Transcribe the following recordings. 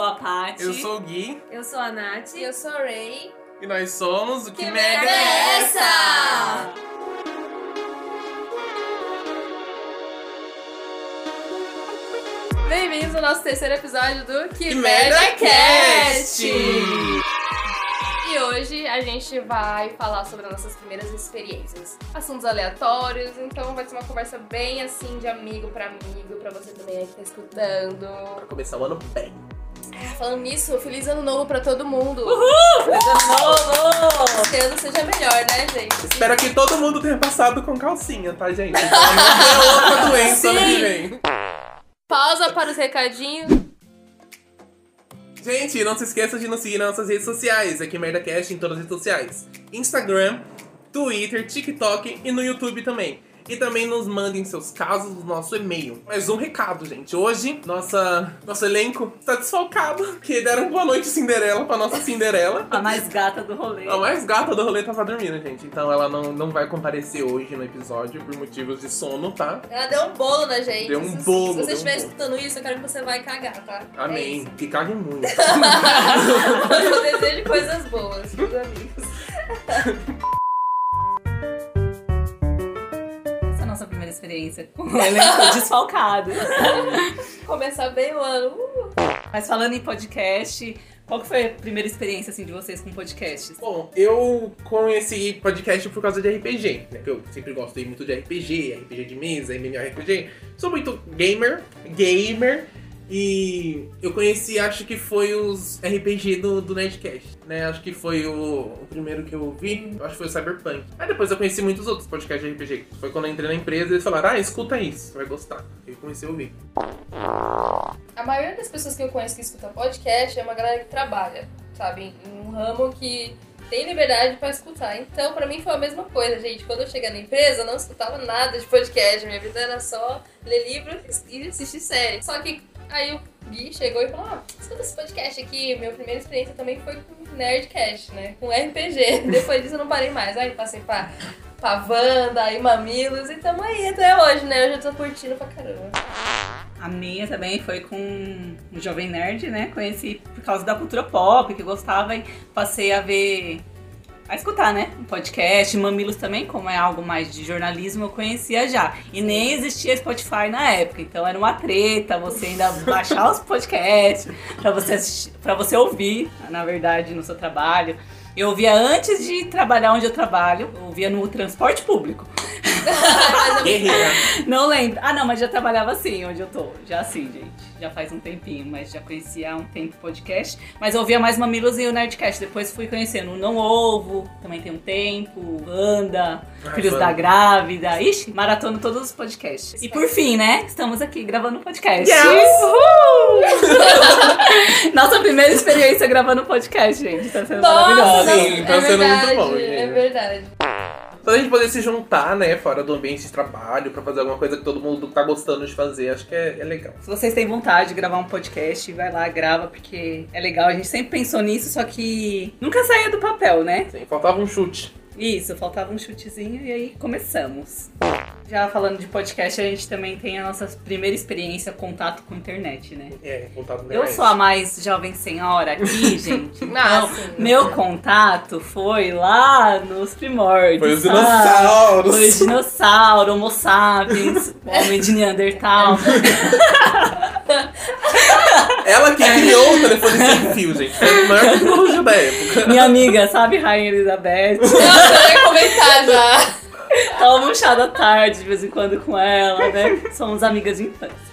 a Paty. Eu sou o Gui Eu sou a Nath. Eu sou a Ray. e nós somos o Que, Que Mega Mega é é Essa? Essa? Bem-vindos ao nosso terceiro episódio do Que Que é Mega Cast! Cast! E hoje a gente vai falar sobre as nossas primeiras experiências. Assuntos aleatórios, então vai ser uma conversa bem assim de amigo pra amigo, pra você também aí que tá escutando. Pra começar o ano bem. Ah, falando nisso, feliz ano novo pra todo mundo! Novo! Esse ano seja melhor, né, gente? Espero que todo mundo tenha passado com calcinha, tá, gente? Pra não ter outra doença né, ano que vem. Pausa para os recadinhos. Gente, não se esqueça de nos seguir nas nossas redes sociais, aqui MerdaCast em todas as redes sociais. Instagram, Twitter, TikTok e no YouTube também. E também nos mandem seus casos no nosso e-mail. Mais um recado, gente. Hoje, nossa, nosso elenco está desfalcado, porque deram boa noite Cinderela pra nossa Cinderela. A mais gata do rolê. A mais gata do rolê tá tava dormindo, gente. Então ela não, não vai comparecer hoje no episódio por motivos de sono, tá? Ela deu um bolo na gente. Deu um Se- se, bolo, Se deu um você estiver bolo. escutando isso, eu quero que você vai cagar, tá? Amém. que cague muito. É isso. Eu desejo coisas boas pros amigos. Essa é a nossa primeira experiência com o elenco desfalcado. Começar bem o ano. Uh, Mas falando em podcast, qual que foi a primeira experiência assim, de vocês com podcasts? Bom, eu conheci podcast por causa de RPG, né? Que eu sempre gostei muito de RPG, RPG de mesa, MMORPG. Sou muito gamer, gamer. E eu conheci, acho que foi os RPG do, do Nerdcast, né? Acho que foi o, o primeiro que eu ouvi, eu acho que foi o Cyberpunk. Aí depois eu conheci muitos outros podcasts de RPG. Foi quando eu entrei na empresa e eles falaram, ah, escuta isso, você vai gostar. Eu comecei a ouvir. A maioria das pessoas que eu conheço que escuta podcast é uma galera que trabalha, sabe? Em um ramo que tem liberdade pra escutar. Então, pra mim foi a mesma coisa, gente. Quando eu cheguei na empresa, eu não escutava nada de podcast. Minha vida era só ler livro e assistir série. Só que aí o Gui chegou e falou: ah, escuta esse podcast aqui. Minha primeira experiência também foi com Nerdcast, né? Com RPG. Depois disso eu não parei mais. Aí passei pra. Pavanda, aí mamilos, e tamo aí até hoje, né? Hoje eu tô curtindo pra caramba. A minha também foi com um jovem nerd, né? Conheci por causa da cultura pop, que eu gostava e passei a ver, a escutar, né? Um podcast, mamilos também, como é algo mais de jornalismo, eu conhecia já. E nem existia Spotify na época, então era uma treta você ainda baixar os podcasts pra você assistir, para você ouvir, na verdade, no seu trabalho. Eu ouvia antes de trabalhar onde eu trabalho, eu ouvia no transporte público. Mas eu Guerreira. Não lembro. Ah, não, mas já trabalhava assim, onde eu tô. Já assim, gente. Já faz um tempinho, mas já conhecia há um tempo o podcast. Mas eu ouvia mais Mamilos e o Nerdcast. Depois fui conhecendo o Não Ovo, também tem um tempo, Anda, Filhos da Grávida. Ixi, maratona todos os podcasts. E por fim, né? Estamos aqui gravando um podcast. Yes! Uhul! Nossa primeira experiência gravando um podcast, gente. Tá sendo não. maravilhosa. Sim, tá é sendo muito verdade, bom, gente. É verdade. Só a gente poder se juntar, né, fora do ambiente de trabalho, pra fazer alguma coisa que todo mundo tá gostando de fazer, acho que é, é legal. Se vocês têm vontade de gravar um podcast, vai lá, grava, porque é legal. A gente sempre pensou nisso, só que nunca saía do papel, né? Sim, faltava um chute. Isso, faltava um chutezinho e aí começamos. Já falando de podcast, a gente também tem a nossa primeira experiência, contato com internet, né? É, contato na Eu internet. sou a mais jovem senhora aqui, gente. Não, Então, assim, meu contato foi lá nos primórdios. Foi os sabe? Foi dinossauros. dinossauro, Homo sapiens, homem de Neandertal. Ela que É. criou o telefone sem fio, gente. Foi a maior tecnologia da época. Minha amiga, sabe, Rainha Elizabeth? Nossa, eu ia comentar já. Toma um chá da tarde de vez em quando com ela, né? Somos amigas de infância.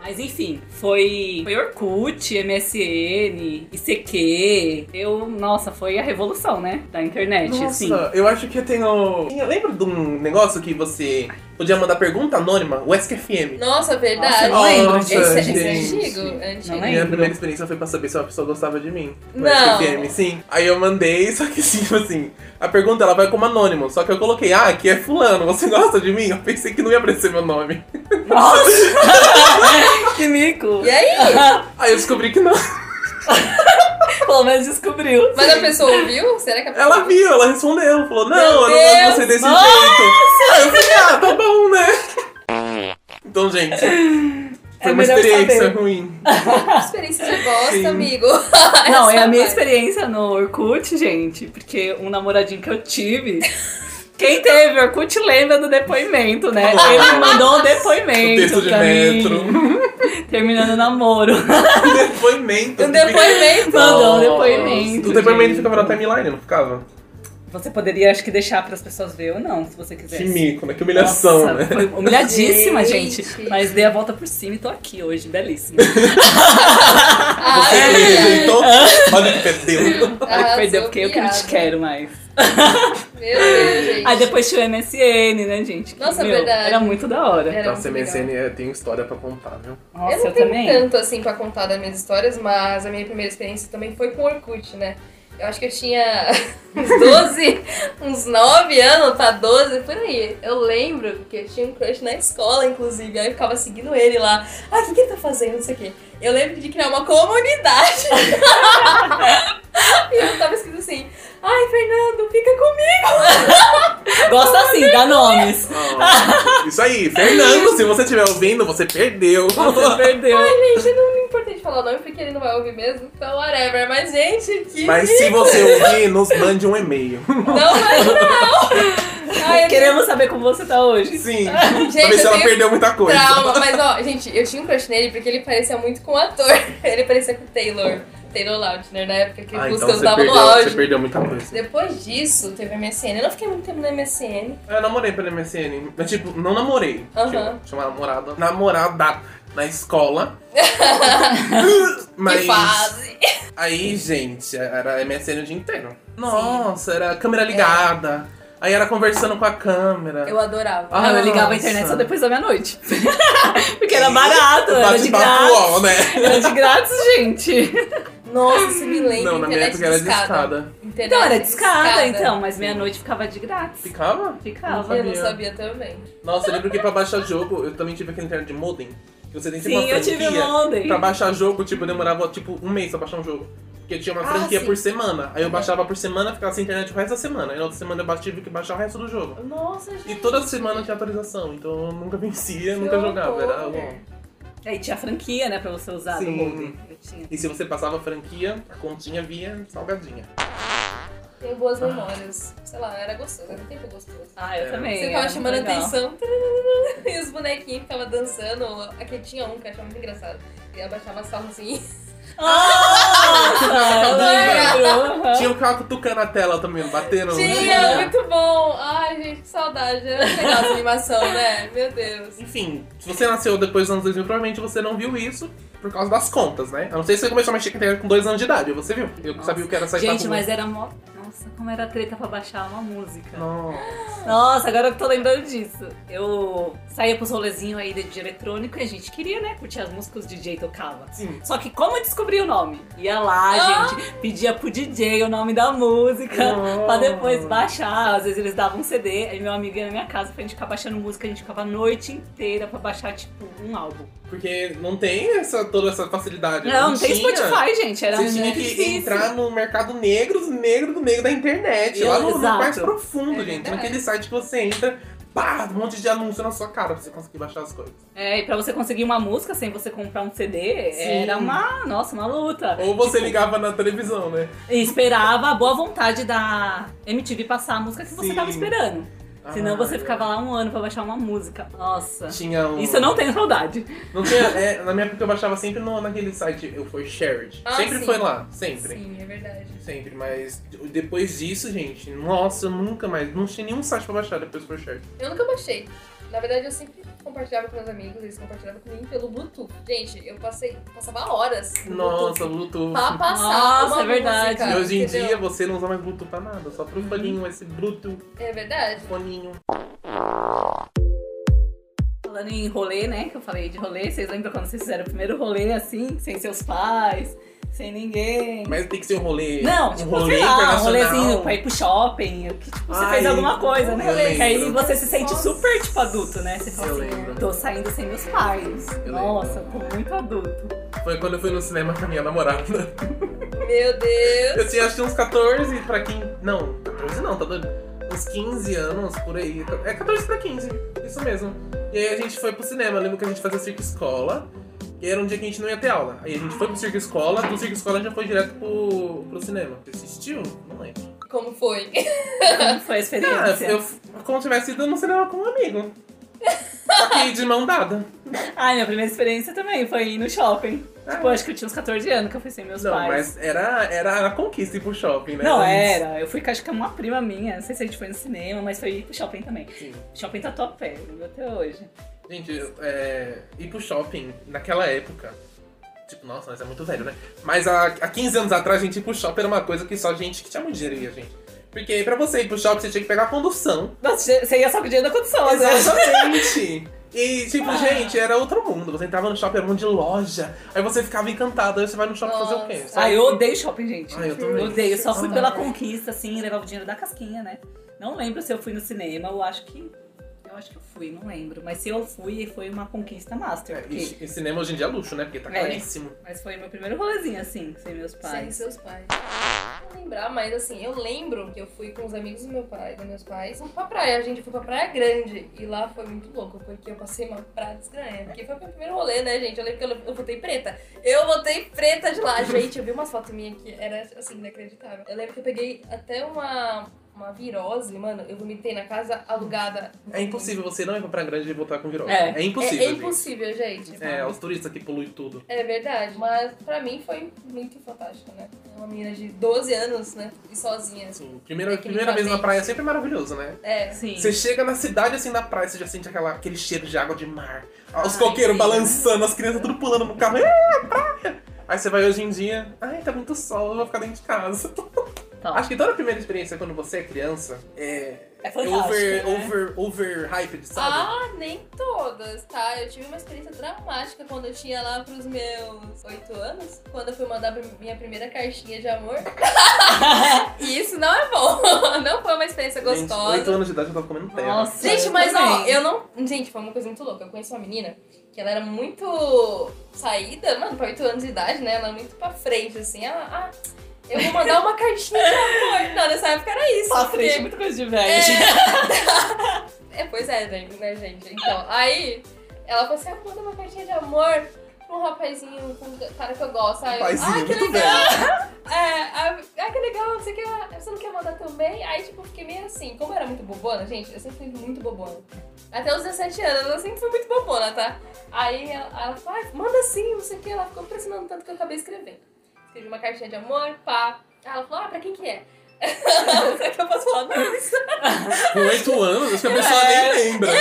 Mas enfim, foi, foi Orkut, MSN, ICQ. Eu, nossa, foi a revolução, né? Da internet, Nossa, assim. eu acho que eu tenho. Lembra de um negócio que você podia mandar pergunta anônima? O SKFM. Nossa, é verdade. Nossa, eu não lembro Nossa, esse, esse é gente. antigo, é antigo. Não Minha lembro. primeira experiência foi pra saber se uma pessoa gostava de mim. No Não. SFM, sim. Aí eu mandei, só que assim, tipo assim, a pergunta ela vai como anônimo. Só que eu coloquei, ah, aqui é fulano, você gosta de mim? Eu pensei que não ia aparecer meu nome. Nossa! que mico! E aí? Aí eu descobri que não. Pelo menos descobriu. Mas a pessoa ouviu? Será que a pessoa Ela viu, ela respondeu, falou, não, Meu eu não gosto de Deus, você desse nossa! jeito. Aí eu falei, ah, tá bom, né? Então, gente, Foi É uma melhor experiência saber. ruim. Experiência de bosta, Sim. amigo. Não, é Essa a minha vai. experiência no Orkut, gente, porque um namoradinho que eu tive. Quem teve Orkut lembra do depoimento, né? Nossa. Ele me mandou um O depoimento. texto de pra metro. Mim, terminando o namoro. depoimento. assim, Um depoimento. Mandou um depoimento. O depoimento gente. ficava na timeline, não ficava? Você poderia, acho que, deixar pras pessoas ver ou não, se você Que quisesse. mico, né? Que humilhação, Nossa, né? Foi humilhadíssima, gente. Gente. Mas dei a volta por cima e tô aqui hoje, belíssima. Ah, Você me é. rejeitou? Olha que perdeu. Olha que perdeu, Arrasou, porque eu que não te piada. quero mais. Meu Deus, gente. Aí depois tinha o MSN, né, gente? Nossa, Meu, verdade. Era muito da hora. Era Nossa, muito legal. MSN é- tem história pra contar, viu? Nossa, eu não tenho também. tanto assim pra contar das minhas histórias, mas a minha primeira experiência também foi com Orkut, né? Eu acho que eu tinha uns 12, uns 9 anos pra 12, por aí. Eu lembro que eu tinha um crush na escola, inclusive. Aí eu ficava seguindo ele lá. Ah, o que, que ele tá fazendo? Não sei o quê. Eu lembro de criar uma comunidade. e eu tava escrito assim: Ai, Fernando, fica comigo. Gosta assim, dá nomes. Ah, isso aí, Fernando, se você estiver ouvindo, você perdeu. Você perdeu. Ai, gente, não é importante falar o nome porque ele não vai ouvir mesmo. Então, whatever. Mas, gente, que. Mas se você ouvir, nos mande um e-mail. Não, mas não! Ai, eu Queremos saber como você tá hoje. Sim, Gente, talvez eu ela tenho perdeu muita coisa. Trauma, mas ó, gente, eu tinha um crush nele porque ele parecia muito com um ator. Ele parecia com o Taylor, Taylor Lautner, na época que Ah, os então músicas você estavam perdeu, no auge. você perdeu muita coisa. Depois disso, teve a MSN. Eu não fiquei muito tempo na MSN. Eu namorei pela MSN, mas tipo, não namorei. Aham. Tinha- Tinha uma namorada, namorada na escola. mas Que fase! aí, gente, era MSN o dia inteiro. Nossa, era câmera ligada. Aí era conversando com a câmera. Eu adorava. Ah, Não, eu ligava a Nossa. internet só depois da meia-noite. Porque era barato, era de Bate-papo, grátis. ó, né? Era de grátis, gente. Nossa, você me lembra. Não, na minha internet época era discada. discada. Internet Então, era discada, discada. então. Mas meia-noite ficava de grátis. Ficava? Ficava. Eu não sabia também. Nossa, eu lembro que pra baixar jogo, eu também tive aquele internet de modem. Que você tem sempre Sim, uma eu tive franquia. um ontem. Pra baixar jogo, tipo, eu demorava tipo um mês pra baixar um jogo. Porque eu tinha uma Ah, franquia sim. por semana. Uhum. Aí eu baixava por semana, ficava sem internet o resto da semana. Aí na outra semana eu ba- tive que baixar o resto do jogo. Nossa, gente. E toda semana tinha atualização, então eu nunca vencia, Que nunca jogava. Era horror. bom. Aí É, tinha a franquia, né, pra você usar Sim. do Holden. Eu tinha. E se você passava a franquia, a continha via salgadinha. Tenho boas Ah. memórias. Sei lá, era gostoso, era um tempo gostoso. Ah, eu É. também. Você era ficava muito chamando legal. atenção. E os bonequinhos ficavam dançando. Aqui tinha um que eu achava muito engraçado. Ele abaixava as calças assim. Ah, eu lembro. Tinha o cara cutucando a tela também, batendo. né? Tinha, muito bom. Ai, gente, que saudade. Era legal essa animação, né? Meu Deus. Enfim, se você nasceu depois dos anos 2000, provavelmente você não viu isso por causa das contas, né? A não ser se você começou a mexer com a internet com dois anos de idade, você viu. Eu Nossa. sabia o que era sair Gente, pra rua. mas era mó. Nossa, como era treta pra baixar uma música. Nossa. Nossa, agora eu tô lembrando disso. Eu saía pros rolezinhos aí de, de eletrônico e a gente queria, né, curtir as músicas que o DJ tocava. Sim. Só que como eu descobri o nome? Ia Ah! lá, gente, pedia pro DJ o nome da música. Pra depois baixar, às vezes eles davam um CD, aí meu amigo ia na minha casa pra gente ficar baixando música, a gente ficava a noite inteira pra baixar, tipo, um álbum. Porque não tem essa, toda essa facilidade. né? Não, não tem tinha. Spotify, gente, era Você muito tinha que difícil. entrar no mercado negro, negro do negro da internet. lá no, no Exato. mais profundo, É gente. verdade. Naquele site que você entra, pá, um monte de anúncio na sua cara pra você conseguir baixar as coisas. É, e pra você conseguir uma música sem você comprar um CD, Sim. era uma, nossa, uma luta. Ou você ligava na televisão, né? E esperava a boa vontade da MTV passar a música que você Sim. tava esperando. Ah, Senão você é. ficava lá um ano pra baixar uma música. Nossa. Tinha um... Isso eu não tenho saudade. Não tinha, é, na minha época eu baixava sempre no, naquele site eu for shared. Ah, sempre sim. foi lá, sempre. Sim, é verdade. Sempre, mas depois disso, gente, nossa, eu nunca mais. Não tinha nenhum site pra baixar depois do for shared. Eu nunca baixei. Na verdade, eu sempre compartilhava com meus amigos, eles compartilhavam comigo pelo Bluetooth. Gente, eu passei, passava horas no Nossa, Bluetooth Bluetooth. pra passar Nossa, uma é verdade. música, E hoje em entendeu? dia você não usa mais Bluetooth pra nada, só Uhum. pro paninho, esse Bluetooth, É verdade. foninho. Falando em rolê, né? Que eu falei de rolê, vocês lembram quando vocês fizeram o primeiro rolê assim, sem seus pais, sem ninguém? Mas tem que ser um rolê. Não, um tipo, rolê sei lá, um internacional. rolezinho pra ir pro shopping, que tipo, você Ai, fez alguma coisa, eu né? Que aí lembro. você se sente Nossa. super, tipo, adulto, né? Você fala Eu assim, lembro. tô saindo sem meus pais. Eu Nossa, tô muito adulto. Foi quando eu fui no cinema com a minha namorada. Meu Deus. Eu tinha acho que uns 14 pra quem. Não, 14 não, tá doido? Uns 15 anos por aí. É 14 pra 15, isso mesmo. E aí a gente foi pro cinema. Eu lembro que a gente fazia circo escola. E era um dia que a gente não ia ter aula. Aí a gente foi pro Circo Escola, do Circo Escola já foi direto pro, pro cinema. Você assistiu? Não lembro. Como foi? Como foi Cara, a experiência? eu, como se tivesse ido no cinema com um amigo. Só que de mão dada. Ai, minha primeira experiência também foi ir no shopping. Ah, Tipo, acho que eu tinha uns 14 anos que eu fui sem meus Não, pais. mas era, era a conquista ir pro shopping, né? Não, é. Mas- era. Eu fui com acho que uma prima minha. Não sei se a gente foi no cinema, mas foi pro shopping também. Sim. Shopping tá top pé, até hoje. Gente, é, ir pro shopping naquela época. Tipo, nossa, mas é muito velho, né? Mas há, há 15 anos atrás, gente, ir pro shopping era uma coisa que só gente que tinha muito dinheiro ia, gente. Porque pra você ir pro shopping, você tinha que pegar a condução. Nossa, você ia só com o dinheiro da condição, né? às vezes. Exatamente! E, tipo, Ah. gente, era outro mundo. Você entrava no shopping, era um monte de loja. Aí você ficava encantado. Aí você vai no shopping fazer o quê? Nossa. Só- Ah, eu odeio shopping, gente. Ah, eu também. odeio. Eu só fui pela Também. conquista, assim, e levava o dinheiro da casquinha, né? Não lembro se eu fui no cinema, eu acho que. Eu acho que eu fui, não lembro. Mas se eu fui, foi uma conquista master. É, porque- e, e cinema hoje em dia é luxo, né? Porque tá É. caríssimo. Mas foi meu primeiro rolezinho, assim, sem meus Sem pais. seus pais. Não lembrar, mas assim, eu lembro que eu fui com os amigos do meu pai, dos meus pais, pra praia. A gente foi pra Praia Grande. E lá foi muito louco, porque eu passei uma praia desgranha. Porque foi meu primeiro rolê, né, gente? Eu lembro que eu, eu votei preta. Eu votei preta de lá, gente. Eu vi umas fotos minhas que era, assim, inacreditável. Eu lembro que eu peguei até uma, uma virose, mano. Eu vomitei na casa alugada. É impossível você não ir pra Praia Grande e voltar com virose. É. É, impossível. É, é gente. impossível, gente. É, os turistas que poluem tudo. É verdade, mas pra mim foi muito fantástico, né? Uma menina de 12 anos, né? E sozinha. Assim, primeira, Tecnicamente. primeira vez na praia é sempre maravilhoso, né? É. Sim. Você chega na cidade, assim, na praia, você já sente aquela, aquele cheiro de água de mar. Os Ai, coqueiros sim. balançando, as crianças tudo pulando no carro. É, praia! Aí você vai hoje em dia, ai, tá muito sol, eu vou ficar dentro de casa. Top. Acho que toda a primeira experiência quando você é criança é, É é fantástico. over, né? over, over hyped, sabe? Ah, nem todas, tá? Eu tive uma experiência dramática quando eu tinha lá pros meus 8 anos, quando eu fui mandar prim- minha primeira cartinha de amor. e isso não é bom. Não foi uma experiência Gente, 8 gostosa. anos de idade eu tava comendo terra. Nossa. Gente, Eu mas ó, também. eu não. Gente, foi uma coisa muito louca. Eu conheci uma menina que ela era muito saída, mano, pra 8 anos de idade, né? Ela era muito pra frente, assim. Ela, ah, eu vou mandar uma cartinha de amor. Não, nessa época era isso. Pra porque- frente, muita coisa de velho. É, pois é, né, né, gente? Então, aí ela falou assim: ah, manda uma cartinha de amor pra um rapazinho, pra um cara que eu gosto. Aí eu, Paizinho, ah, que muito legal! velho. É, ah, ah, que legal, não sei o que, ah, você não quer mandar também? Aí, tipo, eu fiquei meio assim, como eu era muito bobona, gente, eu sempre fui muito bobona. Até os 17 anos, eu sempre fui muito bobona, tá? Aí ela, ela falou, ah, manda sim, não sei o que, ela ficou impressionando tanto que eu acabei escrevendo. Escrevi uma cartinha de amor, pá. Aí ela falou, ah, pra quem que é? Será que eu posso falar nomes? Com 8 anos, acho que a pessoa É. nem lembra.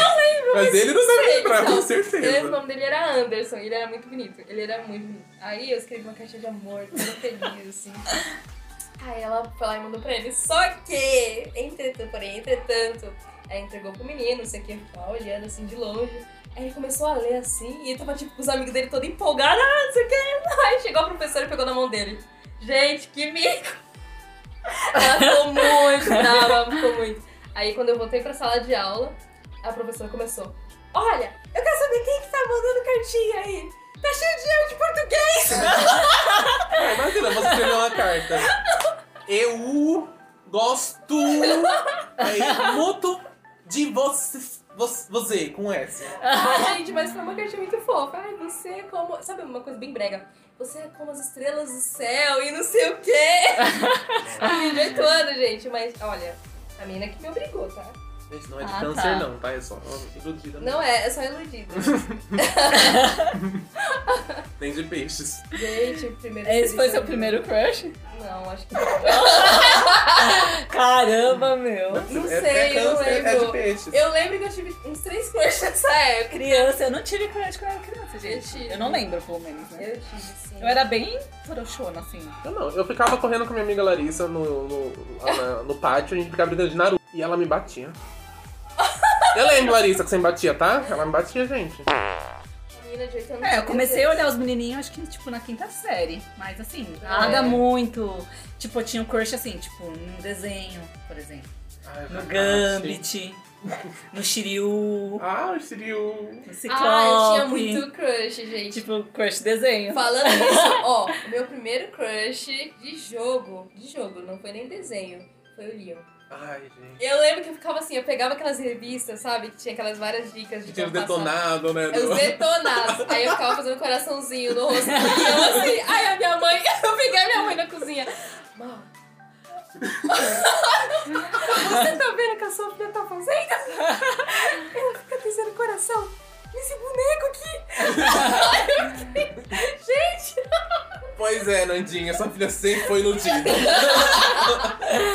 Mas ele não deve sei, lembrar, então. com Ele- O certeza. nome dele era Anderson, ele era muito bonito. Ele era muito bonito. Aí eu escrevi uma caixa de amor, toda feliz, assim. Aí ela foi lá e mandou pra ele. Só que, entretanto, porém, entretanto, aí entregou pro menino, não sei o que, ficou olhando assim de longe. Aí ele começou a ler assim, e tava tipo com os amigos dele todo empolgado, ah, não sei o que. Aí chegou a professora e pegou na mão dele. Gente, que mico! Ela ficou muito brava, ficou muito. Aí quando eu voltei pra sala de aula, a professora começou. Olha, eu quero saber quem que tá mandando cartinha aí. Tá cheio de erro de português. Ah, imagina, você escreveu uma carta. Eu gosto é, muito de você, você, você, com S. Ai, gente, mas foi uma cartinha muito fofa. Ai, você é como... Sabe uma coisa bem brega? Você é como as estrelas do céu e não sei o quê. Ai, de oito anos, gente. Mas, olha, a menina que me obrigou, tá? Gente, não é de Ah, câncer tá. não, tá? É só ó, iludida. Não é, é só iludida. Nem de peixes. Gente, primeiro... Esse foi seu primeiro crush? Não, acho que não. Caramba, meu. Não é, sei, é não câncer, É lembro. de peixes. Eu lembro que eu tive uns três crushes nessa época. Criança, eu não tive crush quando eu era criança, gente. Eu tive. Eu não lembro, pelo menos, né? Eu tive, sim. Eu era bem frouxona, assim. Eu não, eu ficava correndo com minha amiga Larissa no, no, lá na- no pátio, a gente ficava brincando de Naruto. E ela me batia. Eu lembro, Larissa, que você me batia, tá? Ela me batia, gente. A menina de oito anos... É, eu comecei a olhar os menininhos, acho que, tipo, na quinta série. Mas, assim, nada É. muito. Tipo, eu tinha um crush, assim, tipo, num desenho, por exemplo. Ai, No verdade. Gambit, no Shiryu, Ah, o Siriu. no Ah, eu Ciclope. tinha muito crush, gente. Tipo, crush desenho. Falando isso, ó, o meu primeiro crush de jogo, de jogo, não foi nem desenho, foi o Leon. Ai, gente. Eu lembro que eu ficava assim, eu pegava aquelas revistas, sabe? Que tinha aquelas várias dicas de Que tinha os como passar. detonado, né? É, Os detonados. Aí eu ficava fazendo coraçãozinho no rosto. E eu assim, ai, a minha mãe, eu peguei a minha mãe na cozinha. Mal. Você tá vendo o que a sua filha tá fazendo? Ela fica dizendo coração. Esse boneco aqui! Ai, eu fiquei, Gente! Pois é, Nandinha, sua filha sempre foi iludida.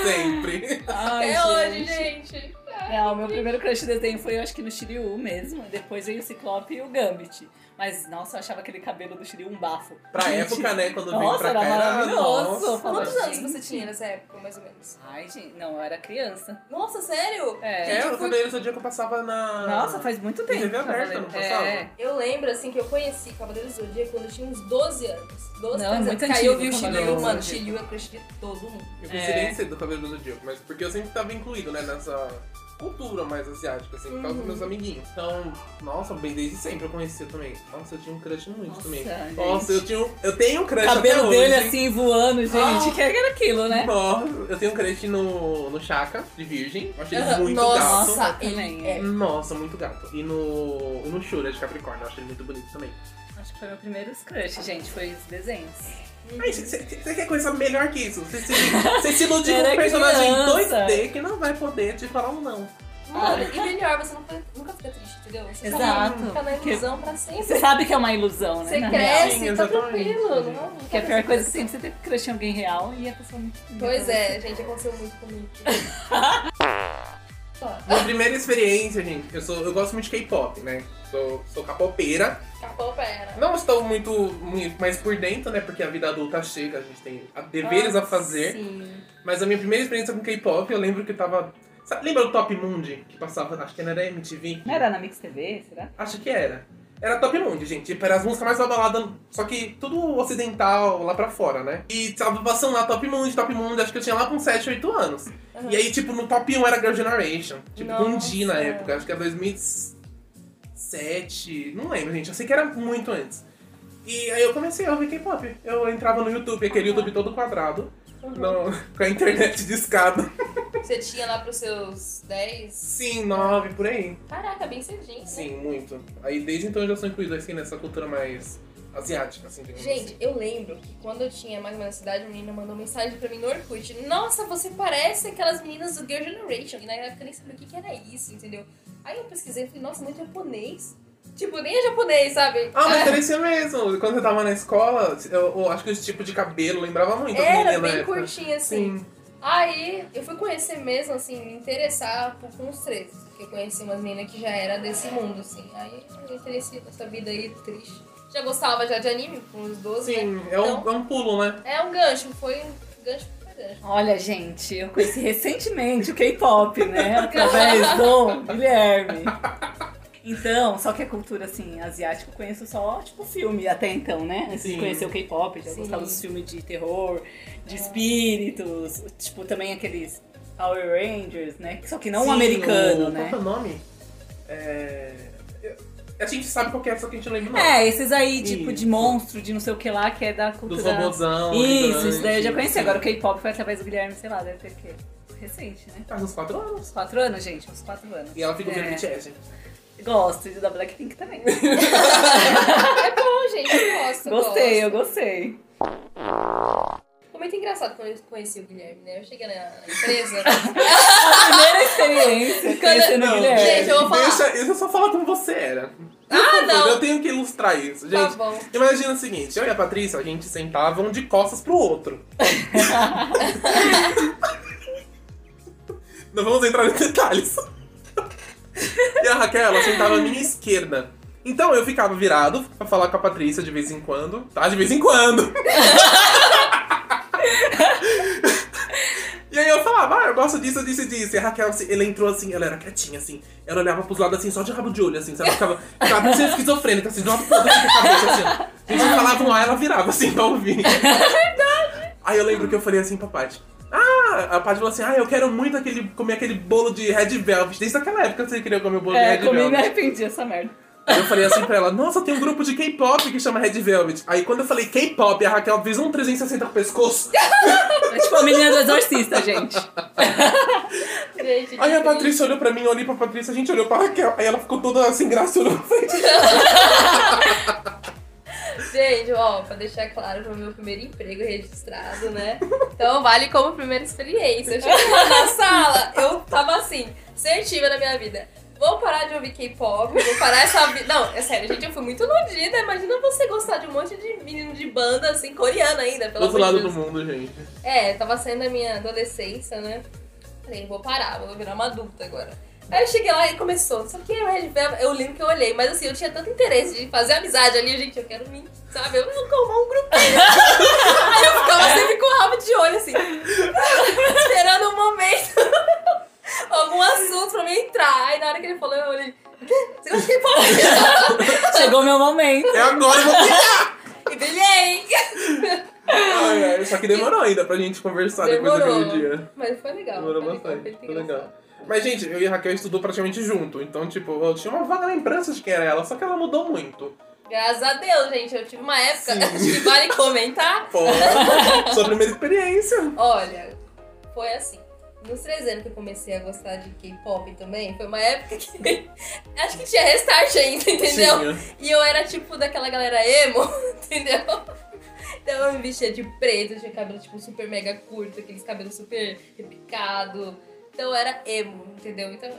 sempre. Ai, Até hoje, gente! É, o meu primeiro crush de desenho foi, eu acho que no Shiryu mesmo. e Depois veio o Ciclope e o Gambit. Mas, nossa, eu achava aquele cabelo do Shiryu um bafo. Pra Gente, época, né? Quando veio nossa, pra era cá, era. maravilhoso. nossa. Falava, Quantos anos gente. você tinha nessa época, mais ou menos? Ai, gente, não, eu era criança. Nossa, sério? tipo, É. É, Gente, eu fui- falei no dia que eu passava na. Ah, Nossa, faz muito tempo. TV que eu aberta, falei. não passava? É. Eu lembro, assim, que eu conheci Cavaleiro do Zodíaco quando eu tinha uns 12 anos. 12, Não, é 13 muito anos. Aí eu antigo vi o o Cavaleiro Shiryu, do mano. Zodíaco. Shiryu é crush de todo mundo. Eu É. conheci nem cedo o cabelo do Zodíaco, mas porque eu sempre tava incluído, né, nessa cultura mais asiática, assim, por causa dos Uhum. meus amiguinhos. Então, nossa, bem desde sempre eu conhecia também. Nossa, eu tinha um crush muito Nossa, também. gente. Nossa, eu tinha um, eu tenho um crush O cabelo até hoje. dele assim voando, gente. Ah. Que era aquilo, né? Nossa, eu tenho um crush no, no Chaka, de virgem. Eu achei ele Aham. muito Nossa, gato. eu ele também. é. Nossa, muito gato. E no, no Shura, de Capricórnio, eu achei ele muito bonito também. Acho que foi meu primeiro crush, gente. Foi os desenhos. Ai, Você você quer coisa melhor que isso? Você se, você se iludiu com Era um personagem criança. 2D que não vai poder te falar um não. Mano, e melhor, você não fica- nunca fica triste, entendeu? Você fica- Exato. Fica na Porque ilusão pra sempre. Você sabe que é uma ilusão, né? Você na real. cresce, Sim, tá exatamente. tranquilo. Não, tá Que a pior coisa é sempre você ter crush em alguém real e a pessoa muito. Pois é, gente, aconteceu muito comigo. Ó, Minha primeira experiência, gente, eu, sou, eu gosto muito de K-pop, né? Sou, sou capopeira. Acabou, pera. Não estou muito, muito mais por dentro, né? Porque a vida adulta chega, a gente tem a- deveres a fazer. Sim. Mas a minha primeira experiência com K-pop, eu lembro que eu tava. sabe- lembra do Top Mundi? Que passava, acho que não era MTV? Não era na Mix TV, será? Acho que era. Era Top Mundi, gente. Tipo, Era as músicas mais abaladas, só que tudo ocidental lá pra fora, né? E tava passando lá Top Mundi, Top Mundi, acho que eu tinha lá com 7, 8 anos. Aham. E aí, tipo, no top 1 era Girl Generation. Tipo, com Nossa. D na época. Acho que é era 2007. Não lembro, gente. Eu sei que era muito antes. E aí eu comecei a ouvir K-pop. Eu entrava no YouTube, aquele YouTube todo quadrado. Uhum. no- com a internet de escada. Você tinha lá pros seus 10. Sim, 9, por aí. Caraca, bem cedinho. né? Sim, muito. Aí desde então eu já sou incluído assim nessa cultura mais asiática, assim, digamos Gente, eu lembro que quando eu tinha mais ou menos essa idade, uma menina mandou mensagem pra mim no Orkut. Nossa, você parece aquelas meninas do Girl Generation. E na época eu nem sabia o que, que era isso, entendeu? Aí eu pesquisei e falei, nossa, muito japonês. Tipo, nem é japonês, sabe? Ah, mas É, era isso mesmo. Quando eu tava na escola, eu, eu acho que esse tipo de cabelo lembrava muito as era meninas então na bem época. curtinho, assim. Sim. Aí eu fui conhecer mesmo, assim, me interessar por, com os 13. Porque eu conheci umas meninas que já era desse mundo, assim. Aí eu me interessei nessa vida aí triste. Já gostava já de anime, com uns 12, né? Sim, é um, é um pulo, né? É um gancho, foi um gancho pra gancho. Olha, gente, eu conheci recentemente o K-pop, né? Através do Guilherme. Então, só que a cultura, assim, asiática, eu conheço só, tipo, filme até então, né? Antes Sim. Ah. de conhecer o K-pop, já Sim. gostava dos filmes de terror, de espíritos, tipo, também aqueles Power Rangers, né? Só que não Sim, um americano, o- né? Qual que é o nome? É... A gente sabe qual que é, só que a gente não lembra o nome. É, esses aí, tipo, Isso. de monstro, de não sei o que lá, que é da cultura... Dos robôzão. Isso, gigante. isso daí eu já conheci. Sim. Agora o K-pop foi através do Guilherme, sei lá, deve ter o quê? Recente, né? Faz uns 4 Tá, anos. Uns quatro anos, gente, uns quatro anos. E ela fica vendo É. BTS, gente. Gosto, e da Blackpink também. É bom, gente, eu gosto. gosto. gostei, eu gostei. Foi muito engraçado quando eu conheci o Guilherme, né? Eu cheguei na na empresa. A primeira experiência conhecendo o Guilherme. Gente, eu vou falar. Deixa, eu só falo como você era. ah, não! Eu tenho que ilustrar isso, Tá gente. bom. Imagina o seguinte, eu e a Patrícia, a gente sentava um de costas pro outro. Não vamos entrar em detalhes. E a Raquel, ela sentava à minha esquerda. Então eu ficava virado pra falar com a Patrícia de vez em quando. Tá, de vez em quando. E aí eu falava, ah, eu gosto disso, disso e disso. E a Raquel, assim, ela entrou assim, ela era quietinha, assim. Ela olhava pros lados, assim, só de rabo de olho, assim, sabe? Ficava, ficava parecendo esquizofrênica, assim, de uma ponta assim, com a cabeça, assim. ó. A gente falava um ar, ela virava, assim, pra ouvir. É verdade! Aí eu lembro que eu falei assim pra Paty. Ah, a Paty falou assim, ah, eu quero muito aquele, comer aquele bolo de Red Velvet. Desde aquela época você queria comer o bolo É, de Red comi e me Velvet. arrependi essa merda. Aí eu falei assim pra ela, nossa, tem um grupo de K-pop que chama Red Velvet. Aí quando eu falei K-pop, a Raquel fez um 360 pro pescoço. É tipo a menina do exorcista, gente. Gente, Aí a que Patrícia olhou pra mim, eu olhei pra Patrícia, a gente olhou pra Raquel. Aí ela ficou toda sem graça olhou pra frente. Gente, ó, pra deixar claro, foi meu primeiro emprego registrado, né? Então vale como primeira experiência. Eu cheguei lá na sala, eu tava assim, assertiva na minha vida. Vou parar de ouvir K-pop, vou parar essa vida. Não, é sério, gente, eu fui muito iludida. Imagina você gostar de um monte de menino de banda, assim, coreana ainda, Do pelo outro amor lado de do Deus. mundo, gente. É, tava saindo da minha adolescência, né? Falei, vou parar, vou virar uma adulta agora. Aí eu cheguei lá e começou. Só que era Red Velvet, eu lembro que eu olhei, mas assim, eu tinha tanto interesse de fazer amizade ali, gente, eu quero me, sabe? Eu vou formar um grupinho. Aí eu ficava sempre com o rabo de olho, assim, esperando um momento, algum assunto pra mim entrar. Aí na hora que ele falou, eu olhei, "Quê? você gosta de K-pop? Chegou meu momento. É agora, eu vou pegar. E brilhei! Ai, ai, Só que demorou ainda pra gente conversar depois Demorou. tá daquele dia. Mas foi legal. Demorou foi bastante. foi Foi legal. engraçado. Mas, gente, eu e a Raquel estudou praticamente junto. Então, tipo, eu tinha uma vaga lembrança de quem era ela, só que ela mudou muito. Graças a Deus, gente. Eu tive uma época, acho que vale comentar. Fora sua primeira experiência. Olha, foi assim. Nos três anos que eu comecei a gostar de K-pop também, foi uma época que. acho que tinha restart ainda, entendeu? Tinha. E eu era tipo daquela galera emo, entendeu? Então eu me vestia de preto, tinha cabelo tipo super mega curto, aqueles cabelos super repicado. Então eu era emo, entendeu? Então.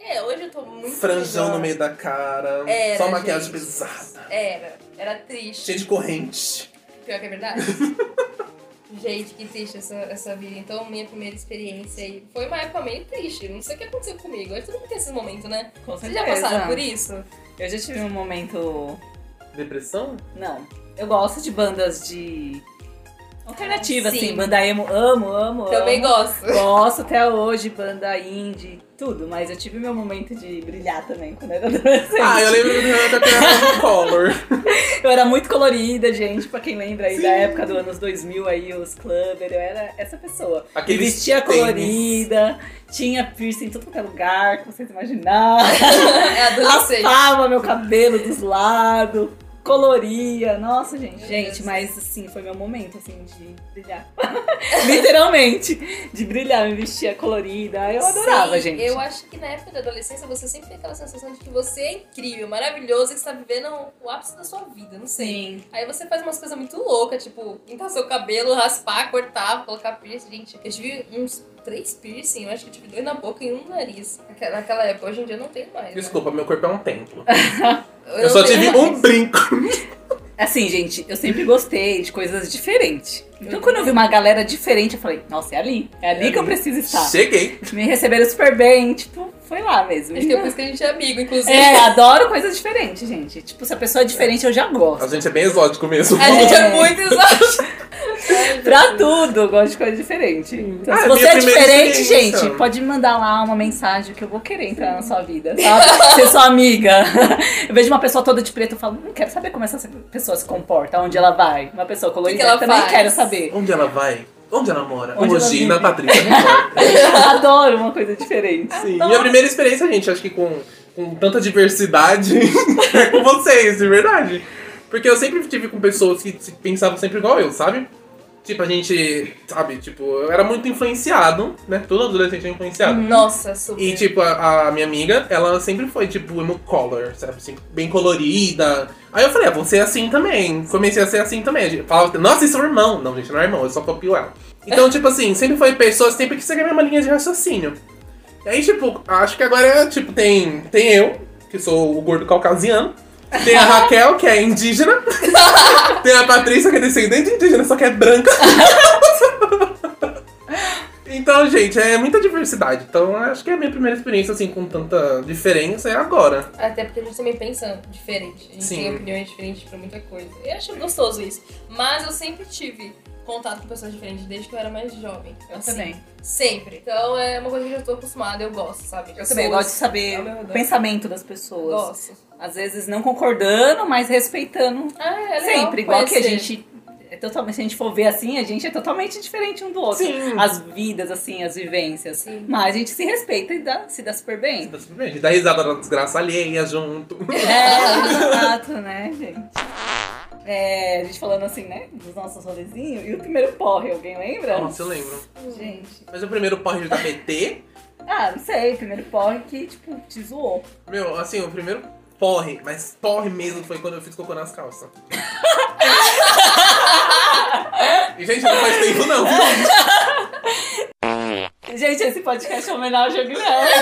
É, hoje eu tô muito. Franjão melhor. no meio da cara. Era, só maquiagem gente. pesada. Era, era triste. Cheia de corrente. Pior que é verdade. Gente, que triste essa, essa vida. Então, minha primeira experiência aí foi uma época meio triste. Não sei o que aconteceu comigo. Todo mundo tem esses momentos, né? Com Vocês certeza. já passaram por isso? Eu já tive um momento. Depressão? Não. Eu gosto de bandas de. Alternativa, Sim. assim. Banda emo, amo, amo. Também amo. gosto. Gosto até hoje, banda indie, tudo, mas eu tive meu momento de brilhar também quando eu era adolescente. Ah, eu lembro do Renato que era Color. Eu era muito colorida, gente, pra quem lembra aí Sim. da época do anos 2000 aí, os clubber, eu era essa pessoa. Me Aqueles vestia tênis. colorida, tinha piercing em todo qualquer lugar, que vocês imaginaram. É adolescente. Raspava meu cabelo dos lados, coloria, nossa, gente. Meu gente, Deus. mas assim, foi meu momento, assim, de brilhar. Literalmente, de brilhar, me vestia colorida, eu adorava, Sim, gente. Eu acho que na época da adolescência você sempre tem aquela sensação de que você é incrível, maravilhoso, e que você tá vivendo o ápice da sua vida, não sei. Sim. Aí você faz umas coisas muito loucas, tipo, pintar seu cabelo, raspar, cortar, colocar piercing. Gente, eu tive uns três piercing, eu acho que eu tive dois na boca e um no nariz. Naque- Naquela época, hoje em dia eu não tenho mais. né? Desculpa, meu corpo é um templo. Eu, Eu só tenho tive mais. um brinco. Assim, gente, eu sempre gostei de coisas diferentes. Então, Eu quando eu vi uma galera diferente, eu falei, nossa, é ali. É ali que eu ali. preciso Tá. estar. Cheguei. Me receberam super bem, tipo, foi lá mesmo. Acho que é por isso que a gente é amigo, inclusive. É, adoro coisas diferentes, gente. Tipo, se a pessoa é diferente, eu já A gosto. gente é bem exótico mesmo. A gente é É. muito exótico. Pra tudo, eu gosto de coisa diferente. Então, Ah, se é você minha é primeira diferente, experiência. gente, pode me mandar lá uma mensagem que eu vou querer entrar na sua vida, sabe? Ser sua amiga. Eu vejo uma pessoa toda de preto, eu falo, não quero saber como essa pessoa se comporta, onde ela vai. Uma pessoa colorida, ela eu também faz? quero saber. Onde ela vai? Onde ela mora? Onde ela Hoje, na vive? Patrícia. Adoro uma coisa diferente. Sim. Minha primeira experiência, gente, acho que com, com tanta diversidade é com vocês, de verdade. Porque eu sempre tive com pessoas que se- pensavam sempre igual eu, sabe? Tipo, a gente, sabe, tipo, eu era muito influenciado, né? Todo adolescente é influenciado. Nossa, super. E, tipo, a, a minha amiga, ela sempre foi, tipo, emo color, sabe? Assim, bem colorida. Aí eu falei, ah, vou ser assim também. Comecei a ser assim também. A gente Falava, nossa, isso é um irmão. Não, gente, não é irmão, eu só copio ela. Então, tipo assim, sempre foi pessoas sempre que seguem a mesma linha de raciocínio. E aí, tipo, acho que agora, tipo, tem, tem eu, que sou o gordo caucasiano. Tem a Raquel, que é indígena. tem a Patrícia, que é descendente de indígena, só que é branca. Então, gente, é muita diversidade. Então, acho que a minha primeira experiência, assim, com tanta diferença é agora. Até porque a gente também pensa diferente. A gente Sim. tem opiniões diferentes pra muita coisa. Eu acho gostoso isso. Mas eu sempre tive contato com pessoas diferentes desde que eu era mais jovem. Eu Assim, também. Sempre. Então é uma coisa que eu já tô acostumada, eu gosto, sabe? Eu também gosto de saber ao meu redor. o pensamento das pessoas. Gosto. Às vezes não concordando, mas respeitando Ah, é legal sempre. Igual que a conhecer. gente. É totalmente, se a gente for ver assim, a gente é totalmente diferente um do outro. Sim. As vidas, assim, as vivências. Sim. Mas a gente se respeita e dá- se dá super bem. A gente dá risada na desgraça alheia junto. É, exato, né, gente? É, a gente falando assim, né? Dos nossos rolezinhos. E o primeiro porre, alguém lembra? Nossa, eu lembro. Gente. Mas o primeiro porre da PT Ah, não sei, primeiro porre que, tipo, te zoou. Meu, assim, o primeiro porre, mas porre mesmo foi quando eu fiz cocô nas calças. e, gente, não faz tempo não. Gente, esse podcast é homenagem ao Guilherme.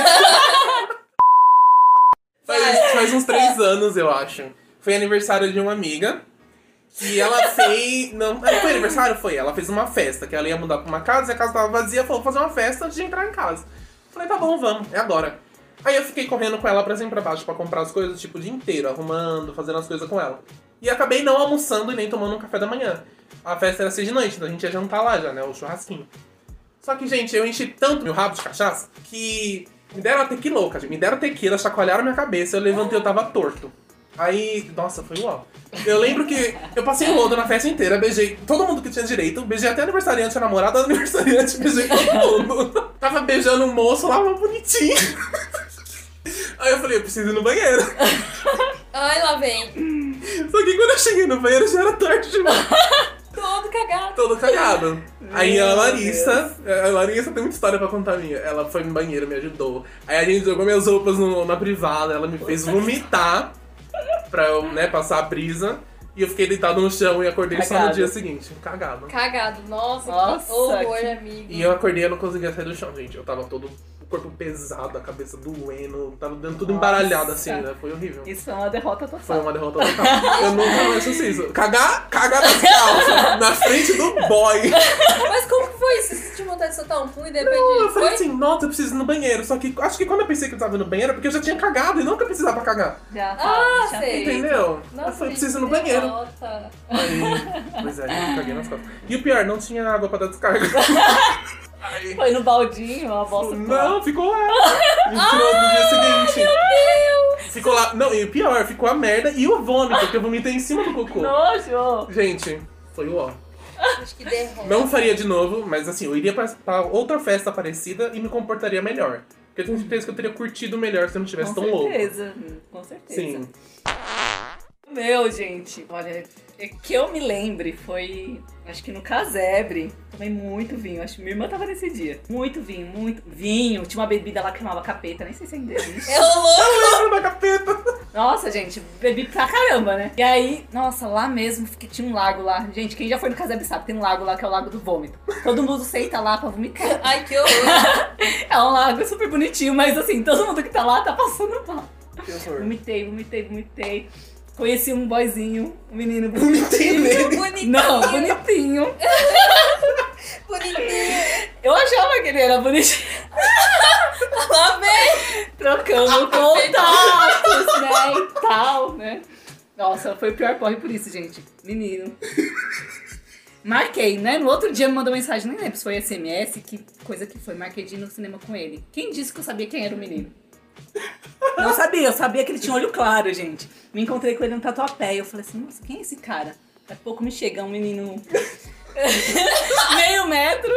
Faz, faz uns três anos, eu acho. Foi aniversário de uma amiga. E ela fez. Não, é, foi aniversário? Foi. Ela fez uma festa, que ela ia mudar pra uma casa, e a casa tava vazia, falou: "Vou fazer uma festa antes de entrar em casa. Falei, tá bom, vamos, é agora. Aí eu fiquei correndo com ela pra cima e pra baixo pra comprar as coisas, tipo, o dia inteiro, arrumando, fazendo as coisas com ela. E acabei não almoçando e nem tomando um café da manhã. A festa era seis de noite, então a gente ia jantar lá já, né? O churrasquinho. Só que, gente, eu enchi tanto meu rabo de cachaça que me deram a tequila louca, gente. Me deram tequila, chacoalharam minha cabeça, eu levantei, eu tava torto. Aí, nossa, foi uau. Eu lembro que eu passei o rodo na festa inteira, beijei todo mundo que tinha direito, beijei até aniversariante, a namorada do aniversariante, beijei todo mundo. Tava beijando um moço lá, mas bonitinho. Aí eu falei, eu preciso ir no banheiro. Ai, lá vem. Só que quando eu cheguei no banheiro já era tarde demais. Todo cagado. Todo cagado. Aí a Meu Larissa, a Larissa tem muita história pra contar minha. Ela foi no banheiro, me ajudou. Aí a gente jogou minhas roupas no- na privada, ela me fez vomitar pra eu, né, passar a brisa. E eu fiquei deitado no chão e acordei só no Cagado. dia seguinte, cagado. Cagado. Nossa, que Nossa, horror, que- amigo. E eu acordei e eu não conseguia sair do chão, gente. Eu tava todo o corpo pesado, a cabeça doendo, tava dando tudo embaralhado assim, né? Foi horrível. Isso é uma derrota Foi total. uma derrota total. Eu nunca mais fiz isso. Cagar, cagar nas calças, na frente do boy. Mas como que foi isso? Você sentiu vontade de soltar um pum e de repente Eu foi? falei assim, nossa, eu preciso ir no banheiro. Só que acho que quando eu pensei que eu tava no banheiro, é porque eu já tinha cagado e nunca precisava cagar. Já, Ah, já sei. fez. Entendeu? eu falei, Nossa, gente, preciso ir no que banheiro. derrota. Aí, pois é, eu caguei nas costas. E o pior, não tinha água pra dar descarga. Aí, Foi no baldinho, uma bosta. não, ficou lá. Entrou no dia seguinte. Ficou lá. Não, e o pior, ficou a merda e o vômito, que eu vomitei em cima do cocô. Nojo! Gente, foi o ó. Acho que derrota. Não faria de novo, mas assim, eu iria pra, pra outra festa parecida e me comportaria melhor. Porque eu tenho certeza que eu teria curtido melhor se eu não estivesse tão com louco. certeza, hum, com certeza. Sim. Meu, gente, olha, é que eu me lembre foi, acho que no casebre, tomei muito vinho, acho que minha irmã tava nesse dia. Muito vinho, muito vinho, tinha uma bebida lá que chamava capeta, nem sei se ainda existe. É louco. Ah, na capeta! Nossa, gente, bebi pra caramba, né? E aí, nossa, lá mesmo, que tinha um lago lá. Gente, quem já foi no casebre sabe, tem um lago lá que é o Lago do Vômito. Todo mundo senta lá pra vomitar. Ai, que horror. É um lago super bonitinho, mas assim, todo mundo que tá lá tá passando mal. Que horror. Vomitei, vomitei, vomitei. Conheci um boyzinho, um menino Vomitei bonitinho. nele. Bonitinho. Não, bonitinho. Bonitinho. Eu achava que ele era bonitinho. Lá vem. Trocando contatos, né? E tal, né? Nossa, foi o pior porre por isso, gente. Menino. Marquei, né? No outro dia me mandou mensagem, nem lembro se foi SMS, que coisa que foi. Marquei de ir no cinema com ele. Quem disse que eu sabia quem era o menino? Não sabia, eu sabia que ele tinha olho claro, gente. Me encontrei com ele no tatuapé e eu falei assim, nossa, quem é esse cara? Daqui a pouco me chega um menino. meio metro,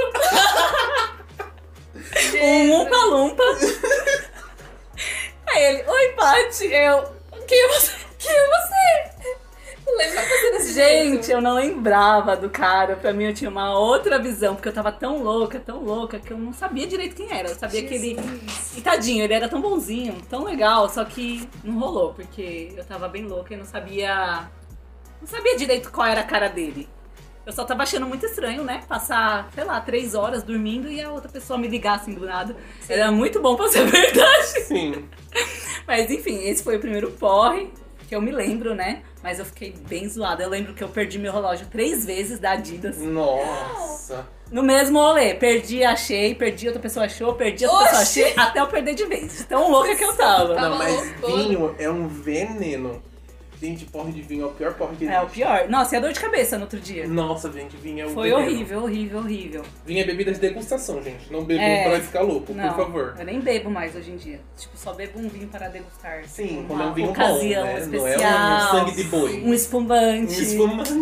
um umpa-lumpa. Aí ele, oi, Paty, eu. Quem é você? Quem é você? Eu lembro de fazer desse Gente, jeito. eu não lembrava do cara. Pra mim, eu tinha uma outra visão, porque eu tava tão louca, tão louca, que eu não sabia direito quem era. Eu sabia que ele. E tadinho, ele era tão bonzinho, tão legal, só que não rolou, porque eu tava bem louca e não sabia. Não sabia direito qual era a cara dele. Eu só tava achando muito estranho, né? Passar, sei lá, três horas dormindo e a outra pessoa me ligar assim do nada. Era muito bom pra ser verdade. Sim. Mas enfim, esse foi o primeiro porre que eu me lembro, né? Mas eu fiquei bem zoada. Eu lembro que eu perdi meu relógio três vezes da Adidas. Nossa. No mesmo rolê. Perdi, achei, perdi, outra pessoa achou, perdi, outra pessoa Oxi! achei, até eu perder de vez. de Tão louca que eu tava. Tava Não, mas louco. vinho é um veneno. Gente, porre de vinho é o pior porre que É o existe. pior. Nossa, e a dor de cabeça no outro dia. Nossa, gente, vinho é o Foi veneno. horrível, horrível, horrível. Vinho é bebida de degustação, gente. Não bebam É. pra ficar louco, Não, por favor. Eu nem bebo mais hoje em dia. Tipo, só bebo um vinho para degustar. Sim, Uma quando é um vinho ocasião bom, né? Não especial. é um sangue de boi. Um espumante. Um espumante.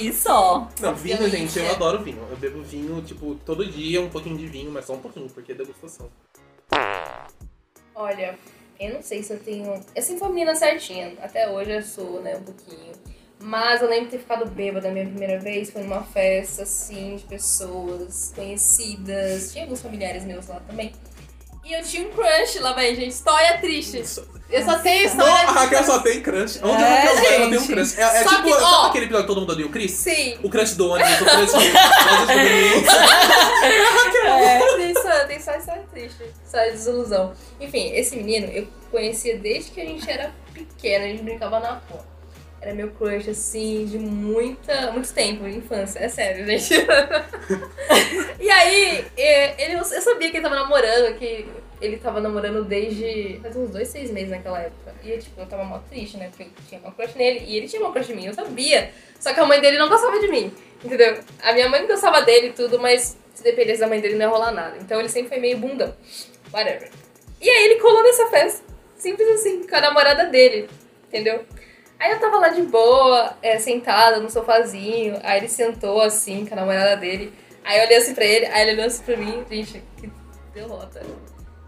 E só. Não, vinho, Delícia. gente, eu adoro vinho. Eu bebo vinho, tipo, todo dia, um pouquinho de vinho, mas só um pouquinho, porque é degustação. Olha, eu não sei se eu tenho. Eu sempre fui uma menina certinha. Até hoje eu sou, né, um pouquinho. Mas eu lembro de ter ficado bêbada a minha primeira vez. Foi numa festa, assim, de pessoas conhecidas. Tinha alguns familiares meus lá também. E eu tinha um crush lá, vai, gente. História triste. Eu só tenho Não, história a Raquel só tem crush. Onde a É, Raquel vai, ela tem um gente. crush. É, é Só tipo, que, ó. sabe aquele episódio que todo mundo odeia o Chris? Sim. O crush do ônibus, o crush do ônibus. É, tem só, tem só história triste. História de desilusão. Enfim, esse menino eu conhecia desde que a gente era pequena. A gente brincava na rua. Era meu crush, assim, de muita, muito tempo, infância. É sério, gente. e aí, é, ele, eu sabia que ele tava namorando, que ele tava namorando desde faz uns dois, seis meses naquela época. E eu, tipo, eu tava mó triste, né? Porque eu tinha uma crush nele e ele tinha uma crush em mim, eu sabia. Só que a mãe dele não gostava de mim, entendeu? A minha mãe gostava dele e tudo, mas se dependesse da mãe dele não ia rolar nada. Então ele sempre foi meio bundão. Whatever. E aí ele colou nessa festa, simples assim, com a namorada dele, entendeu? Aí eu tava lá de boa, é, sentada no sofazinho, aí ele sentou assim com a namorada dele. Aí eu olhei assim pra ele, aí ele olhou assim pra mim, gente, que derrota.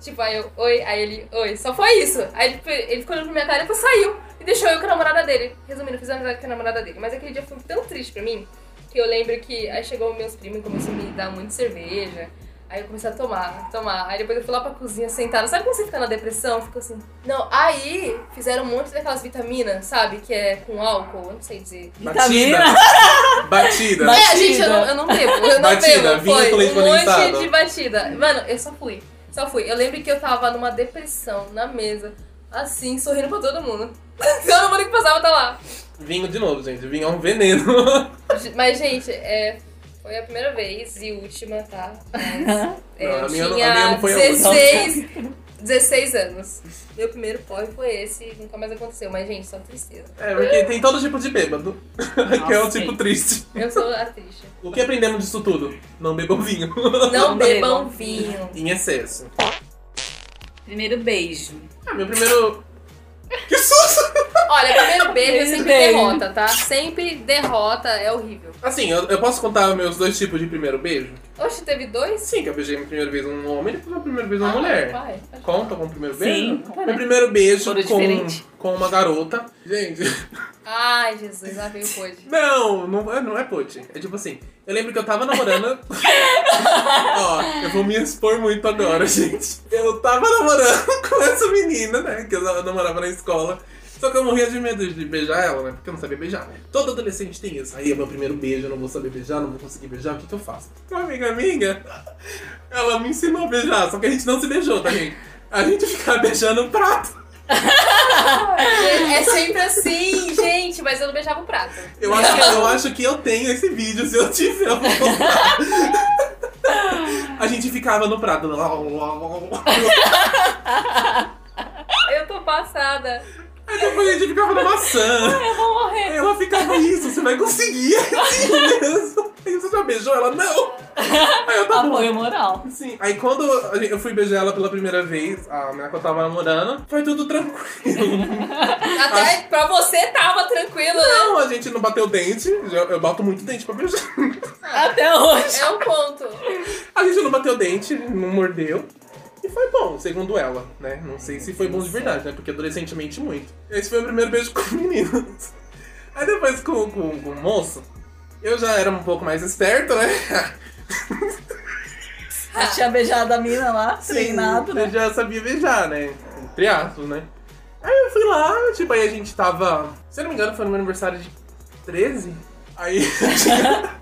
Tipo, aí eu, oi, aí ele, oi, só foi isso. Aí ele, ele ficou olhando pra minha cara e depois saiu e deixou eu com a namorada dele. Resumindo, fiz amizade com a namorada dele. Mas aquele dia foi tão triste pra mim que eu lembro que aí chegou meus primos e começou a me dar muito cerveja. Aí eu comecei a tomar, tomar. Aí depois eu fui lá pra cozinha sentada. Sabe quando você fica na depressão? Ficou assim. Não, aí fizeram um monte daquelas vitaminas, sabe? Que é com álcool, eu não sei dizer. Batida. Tá Batida. Ba- É, gente, eu não, eu não bebo. Eu não Batida, bebo. vinho Foi com leite um monte condensado. de batida. Mano, eu só fui. Só fui. Eu lembro que eu tava numa depressão na mesa, assim, sorrindo pra todo mundo. todo mundo que passava tá lá. Vinho de novo, gente. Vinho é um veneno. Mas, gente, é, foi a primeira vez e última, tá? Mas, é, Não, a eu minha não- a tinha minha não foi a última. 16, 16 anos. Meu primeiro porre foi esse e nunca mais aconteceu. Mas, gente, só tristeza. É, porque tem todo tipo de bêbado. que é um Nossa, tipo gente. triste. Eu sou a triste. O que aprendemos disso tudo? Não bebam vinho. Não Não bebam bebam vinho. em excesso. Primeiro beijo. Ah, meu primeiro. Que susto! Olha, primeiro beijo é sempre Beijo. derrota, tá? Sempre derrota, é horrível. Assim, eu, eu posso contar meus dois tipos de primeiro beijo? Oxe, teve dois? Sim, que eu beijei minha primeira vez um homem e depois minha primeira vez uma Ah, mulher. vai, pode Conta com o primeiro Sim, beijo? conta, né? Meu primeiro beijo Foram diferente. com, com uma garota. Gente, falar. Ai, Jesus, lá veio o coisa. não, não é, não é put. É tipo assim, eu lembro que eu tava namorando. Ó, eu vou me expor muito agora, gente. Eu tava namorando com essa menina, né? Que eu namorava na escola. Só que eu morria de medo de beijar ela, né? Porque eu não sabia beijar. Todo adolescente tem isso. Aí é meu primeiro beijo, eu não vou saber beijar, não vou conseguir beijar, o que, que eu faço? Uma amiga minha, ela me ensinou a beijar, só que a gente não se beijou, tá, gente? A gente ficava beijando um prato. É sempre assim, gente, mas eu não beijava o prato. Eu acho, que, eu acho que eu tenho esse vídeo, se eu tiver, eu vou contar. A gente ficava no prato. Eu tô passada. Aí depois a gente ficava na maçã. Eu vou morrer. Ela ficava isso, você vai conseguir. é assim mesmo. Aí você já beijou ela? Não! Aí eu Ah, tava. é Apoio moral. Sim. Aí quando a gente- eu fui beijar ela pela primeira vez, a menina que eu tava namorando, foi tudo tranquilo. Até pra você tava tranquilo, né? Não, a gente não bateu dente. Eu, eu bato muito dente pra beijar. Até hoje. É um ponto. A gente não bateu dente, não mordeu. E foi bom, segundo ela, né? Não sei se foi bom de verdade, né? Porque adolescente mente muito. Esse foi o primeiro beijo com meninos. Aí depois com, com, com o moço, eu já era um pouco mais esperto, né? Eu tinha beijado a mina lá, treinado, né? Eu já sabia beijar, né? Entre aspas, né? Aí eu fui lá, tipo, aí a gente tava. Se eu não me engano, foi no meu aniversário de 13. Aí eu tinha,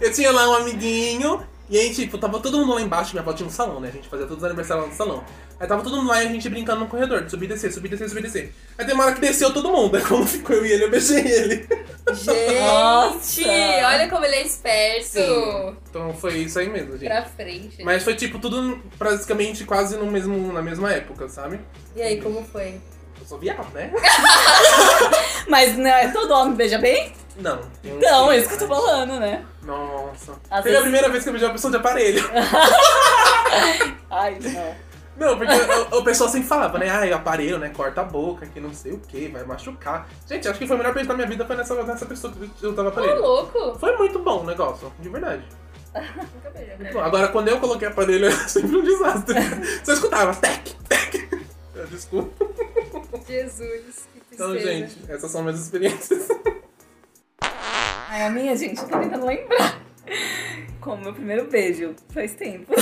eu tinha lá um amiguinho. E aí, tipo, tava todo mundo lá embaixo, minha avó tinha um salão, né? A gente fazia todos os aniversários lá no salão. Aí tava todo mundo lá e a gente brincando no corredor, de subir e descer, subir e descer, subir e descer. Aí tem uma hora que desceu todo mundo, aí como ficou eu e ele, eu beijei ele. Gente, Nossa. olha como ele é esperto. Então foi isso aí mesmo, gente. Pra frente. Mas foi, tipo, tudo praticamente quase no mesmo, na mesma época, sabe? E aí, como foi? Eu sou viado, né? Mas não é todo homem beija bem? Não. tem um Então, sim, é isso que eu tô né? falando, né? Nossa. Às Foi a vezes- primeira vez que eu beijei uma pessoa de aparelho. Ai, não. Não, porque o, o pessoal sempre falava, né? Ai, aparelho, né? Corta a boca, que não sei o que, vai machucar. Gente, acho que foi o melhor beijo da minha vida foi nessa, nessa pessoa que eu tava Ô, aparelho. Tá louco. Foi muito bom o negócio, de verdade. Nunca beijei. Muito bom. Agora, quando eu coloquei aparelho, era sempre um desastre. Só escutava, tec, tec. Eu, Desculpa. Jesus, que tristeza. né? Então, gente, essas são minhas experiências. Ai, a minha, gente, eu tô tentando lembrar. Como meu primeiro beijo, faz tempo.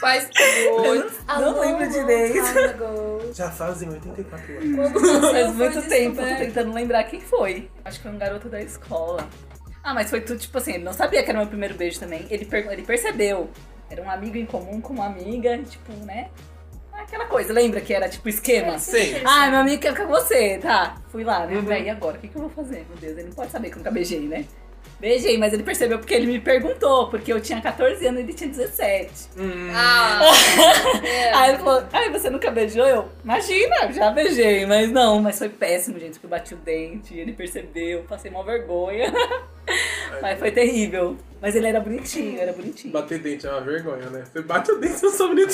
Faz tudo. Não lembro direito. Já fazem 84 anos. Faz muito tempo, tô tentando lembrar quem foi. Acho que foi um garoto da escola. Ah, mas foi tudo, tipo assim, ele não sabia que era meu primeiro beijo também. Ele, per- ele percebeu. Era um amigo em comum com uma amiga, tipo, né? Aquela coisa, lembra que era tipo esquema? Sim. Ah, meu amigo quer ficar com você, tá? Fui lá, Uhum. né? Véi, E agora? O que, que eu vou fazer? Meu Deus, ele não pode saber que eu nunca beijei, né? Beijei, mas ele percebeu porque ele me perguntou, porque eu tinha 14 anos e ele tinha 17. Hum, Ah, é. Aí ele falou, ai, você nunca beijou? Eu, imagina, já beijei, mas não, mas foi péssimo, gente, porque eu bati o dente, ele percebeu, passei uma vergonha. mas foi terrível. Mas ele era bonitinho, era bonitinho. Bater dente é uma vergonha, né? Você bate o dente, seu sobrinho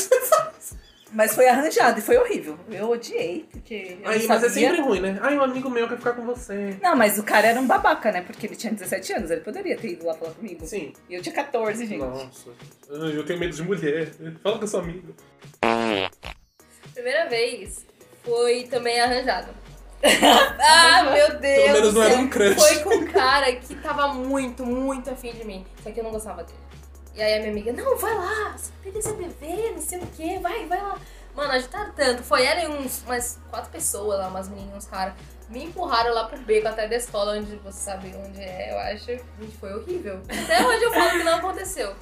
Mas foi arranjado e foi horrível. Eu odiei, porque. Eu Aí, não mas é sabia. sempre ruim, né? Ai, um amigo meu quer ficar com você. Não, mas o cara era um babaca, né? Porque ele tinha 17 anos, ele poderia ter ido lá falar comigo. Sim. E eu tinha 14, gente. Nossa. Ai, eu tenho medo de mulher. Fala com a sua amiga. Primeira vez foi também arranjado. ah, meu Deus! Pelo menos do não era céu. um crush. Foi com um cara que tava muito, muito afim de mim. Só que eu não gostava dele. E aí a minha amiga, não, vai lá, você vai perder seu bebê, não sei o quê, vai, vai lá. Mano, agitaram tanto. Foi ela e uns, umas quatro pessoas lá, umas meninas, uns caras. Me empurraram lá pro beco até da escola, onde você sabe onde é, eu acho. Gente, foi horrível. Até hoje eu falo que não aconteceu.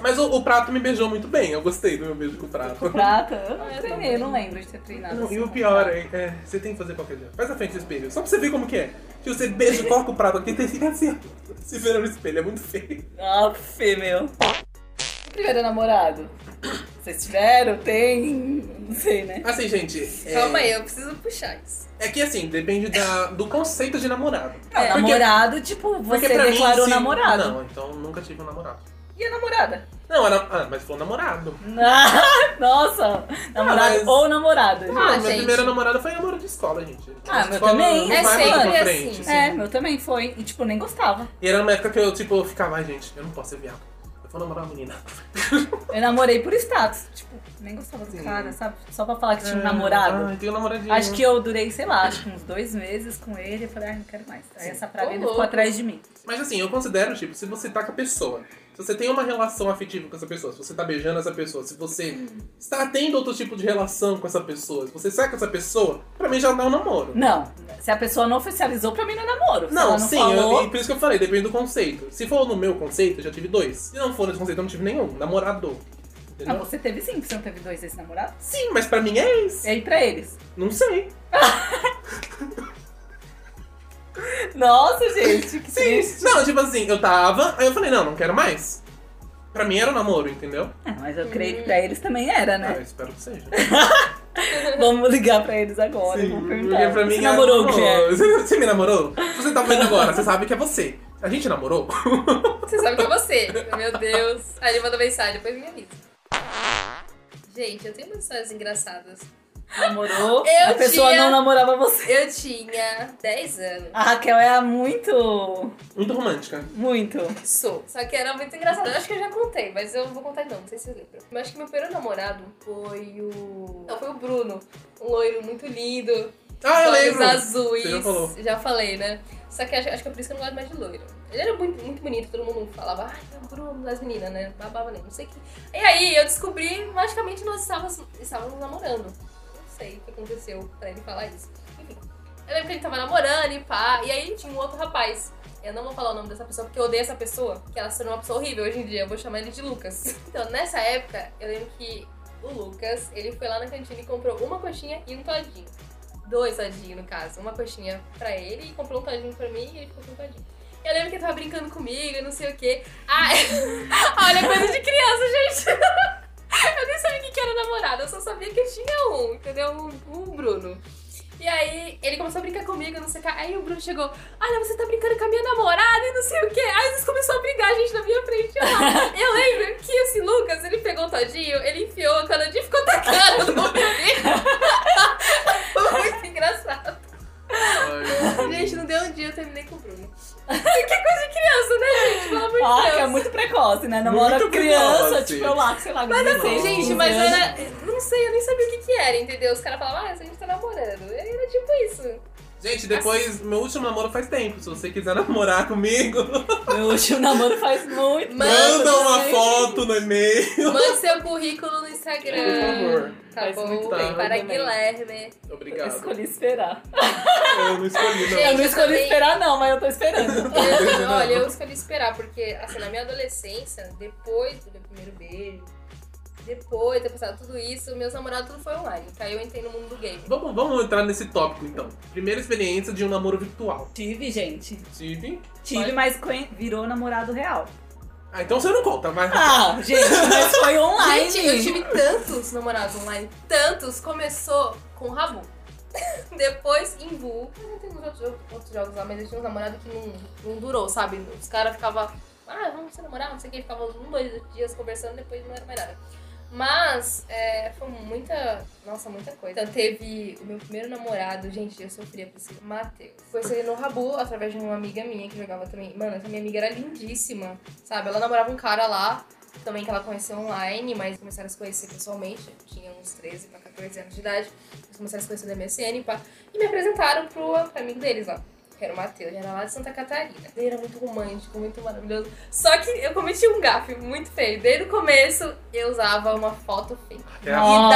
Mas o, o prato me beijou muito bem. Eu gostei do meu beijo com o prato. Com prata? Eu não Ah, eu treinei, também. eu não lembro de ter treinado. Não, assim. e o pior é, é, você tem que fazer qualquer dia. Faz a frente do espelho, só pra você ver como que é. Se você beija, coloca o prato aqui, tem que ficar assim, ó, se vira no espelho, é muito feio. Ah, fê, meu. O primeiro namorado. Vocês tiveram? Tem? Não sei, né? Assim, gente, é, Calma aí, eu preciso puxar isso. é que assim, depende da- do conceito de namorado. Não, É, porque- namorado, tipo, você pra declarou se- namorado. Não, então nunca tive um namorado. E a namorada? Não, era, ah, mas foi um namorado. Nossa! Namorado mas- ou namorada. Ah, Não, minha gente. primeira namorada foi namoro de escola, gente. Ah, De meu escola também. não É vai muito sempre pra assim. frente. É, meu também foi. E, tipo, nem gostava. E era uma época que eu, tipo, ficava, ai, gente, eu não posso ser viado. Eu vou namorar uma Ah. menina. Eu namorei por status. Tipo, nem gostava do Sim. cara, sabe? Só pra falar que tinha um Ah, namorado. Ai, tenho um namoradinho. Acho que eu durei, sei lá, acho que uns dois meses com ele. Eu falei, ah, não quero mais. Aí essa praga Ô, ainda ficou louco. atrás de mim. Mas assim, eu considero, tipo, se você tá com a pessoa, se você tem uma relação afetiva com essa pessoa, se você tá beijando essa pessoa, se você está tendo outro tipo de relação com essa pessoa, se você sai com essa pessoa, pra mim já dá um namoro. Não, se a pessoa não oficializou, pra mim não é namoro. Se ela Não, não sim, falou, eu, e por isso que eu falei, depende do conceito. Se for no meu conceito, eu já tive dois. Se não for nesse conceito, eu não tive nenhum. Namorado. Entendeu? Não, "Ah, você teve sim, porque você não teve dois ex-namorados? Sim, mas pra mim é E esse. aí pra eles? Não sei. Nossa, gente, que Sim. triste. Não, tipo assim, eu tava, aí eu falei, não, não quero mais. Pra mim era um namoro, entendeu? Ah, mas eu creio que pra eles também era, Ah, né? eu espero que seja. Vamos ligar pra eles agora, Sim, vamos porque perguntar. pra mim você é- namorou o Não, Guilherme? Você, você me namorou? Se Você tá vendo agora, você sabe que é você. A gente namorou? Você sabe que é você. Meu Deus. Aí ele manda mensagem, depois me avisa. Gente, eu tenho umas histórias engraçadas. Namorou, Eu a pessoa tinha- não namorava você. Eu tinha 10 anos. A Raquel é muito, Muito romântica. muito. Sou. Só que era muito engraçado. Eu acho que eu já contei, mas eu vou contar de novo, não sei se vocês lembram. Eu acho que meu primeiro namorado foi o. Não, foi o Bruno. Um loiro muito lindo. Ah, eu olhos lembro. azuis. Você já falou. Já falei, né? Só que acho, acho que é por isso que eu não gosto mais de loiro. Ele era muito, muito bonito, todo mundo falava, ai, é o Bruno das meninas, né? Babava nele, não sei o que. E aí eu descobri, magicamente, nós estávamos, estávamos namorando. Não sei o que aconteceu pra ele falar isso. Enfim. Eu lembro que ele tava namorando e pá. E aí tinha um outro rapaz. Eu não vou falar o nome dessa pessoa porque eu odeio essa pessoa, que ela se tornou uma pessoa horrível hoje em dia. Eu vou chamar ele de Lucas. Então, nessa época, eu lembro que o Lucas, ele foi lá na cantina e comprou uma coxinha e um todinho. Dois todinhos, no caso. Uma coxinha pra ele e comprou um todinho pra mim e ele ficou com um todinho. Eu lembro que ele tava brincando comigo, eu não sei o quê. Ah, olha, coisa de criança, gente. Eu nem sabia o que que era namorado, eu só sabia que eu tinha um, entendeu? Um, um Bruno. E aí, ele começou a brincar comigo, não sei o que. Aí o Bruno chegou, olha, você tá brincando com a minha namorada e não sei o que. Aí eles começaram a brigar, gente, na minha frente. ó. Eu lembro que esse Lucas, ele pegou o todinho, ele enfiou a canadinha e ficou tacando no meu amigo. Foi muito engraçado. Gente, não deu um dia, eu terminei com o Bruno. que coisa de criança, né, gente? Pelo amor de Ah, Deus. que é muito precoce, né? Namora Muito criança, precoce. tipo, eu lá, sei lá, Mas assim, 16, gente, 15 mas anos. era. Não sei, eu nem sabia o que, que era, entendeu? Os caras falavam, ah, a gente tá namorando. E Era tipo isso. Gente, depois, meu último namoro faz tempo. Se você quiser namorar comigo, Meu último namoro faz muito. Manda manda uma né? foto no e-mail. Mande seu currículo no Instagram. Por favor. Tá Faz bom. muito bem para também. Guilherme. Eu Obrigado. escolhi esperar. Eu não escolhi, não. Gente, Eu não eu escolhi também. esperar, não, mas eu tô esperando. Eu- olha, eu escolhi esperar, porque assim, na minha adolescência, depois do meu primeiro beijo, depois de ter passado tudo isso, meus namorados tudo foi online. Então aí eu entrei no mundo do game. Vamos, vamos entrar nesse tópico, então. Primeira experiência de um namoro virtual. Tive, gente. Tive. Tive, mas conhe- virou namorado real. Ah, então você não conta, vai. Ah, gente, mas foi online. Gente, eu tive tantos namorados online, tantos. Começou com Rabu. Depois em Vu. Mas eu tenho outros, jo- outros jogos lá, mas eu tinha um namorado que não, não durou, sabe? Os caras ficavam. Ah, vamos se namorar, não sei o que. Ficavam um, dois dias conversando, depois não era mais nada. Mas é, foi muita. Nossa, muita coisa. Então teve o meu primeiro namorado, gente, eu sofria por isso, Matheus. Conheci ele no Rabu através de uma amiga minha que jogava também. Mano, essa minha amiga era lindíssima, sabe? Ela namorava um cara lá também que ela conheceu online, mas começaram a se conhecer pessoalmente. Eu tinha uns 13 pra 14 anos de idade. Eles começaram a se conhecer na MSN pá, e me apresentaram pro amigo deles lá. Que era o Matheus, ele era lá de Santa Catarina. Ele era muito romântico, muito maravilhoso. Só que eu cometi um gafe muito feio. Desde o começo, eu usava uma foto fake. É a- Nossa,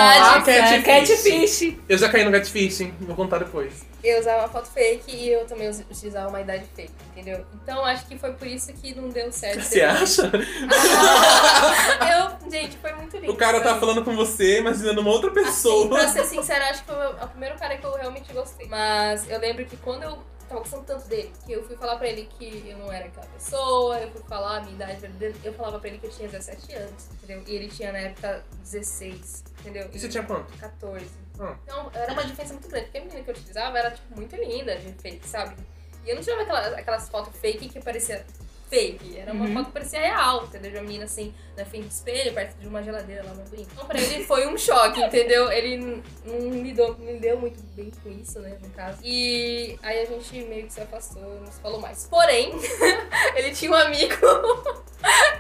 Idade. Catfish. catfish. Eu já caí no catfish, hein? Vou contar depois. Eu usava uma foto fake e eu também us- utilizava uma idade fake, entendeu? Então acho que foi por isso que não deu certo. Ah, Você acha? Eu, gente, foi muito lindo. O cara Foi tá falando com você, imaginando uma outra Assim, pessoa. pra ser sincera, acho que foi o primeiro cara que eu realmente gostei. Mas eu lembro que quando eu tava gostando tanto dele, que eu fui falar pra ele que eu não era aquela pessoa, eu fui falar a minha idade verdadeira, eu falava pra ele que eu tinha 17 anos, entendeu? E ele tinha na época 16, entendeu? E você tinha quanto? 14. Hum. Então era uma diferença muito grande, porque a menina que eu utilizava era tipo, muito linda de fake, sabe? E eu não tirava aquelas, aquelas fotos fake que parecia fake, era uma Uhum. foto que parecia real, entendeu? De uma menina assim, na frente do espelho, perto de uma geladeira lá, uma bonita. Então pra ele foi um choque, entendeu? Ele n- não lidou, não lidou muito bem com isso, né, no caso. E aí a gente meio que se afastou, não se falou mais. Porém, ele tinha um amigo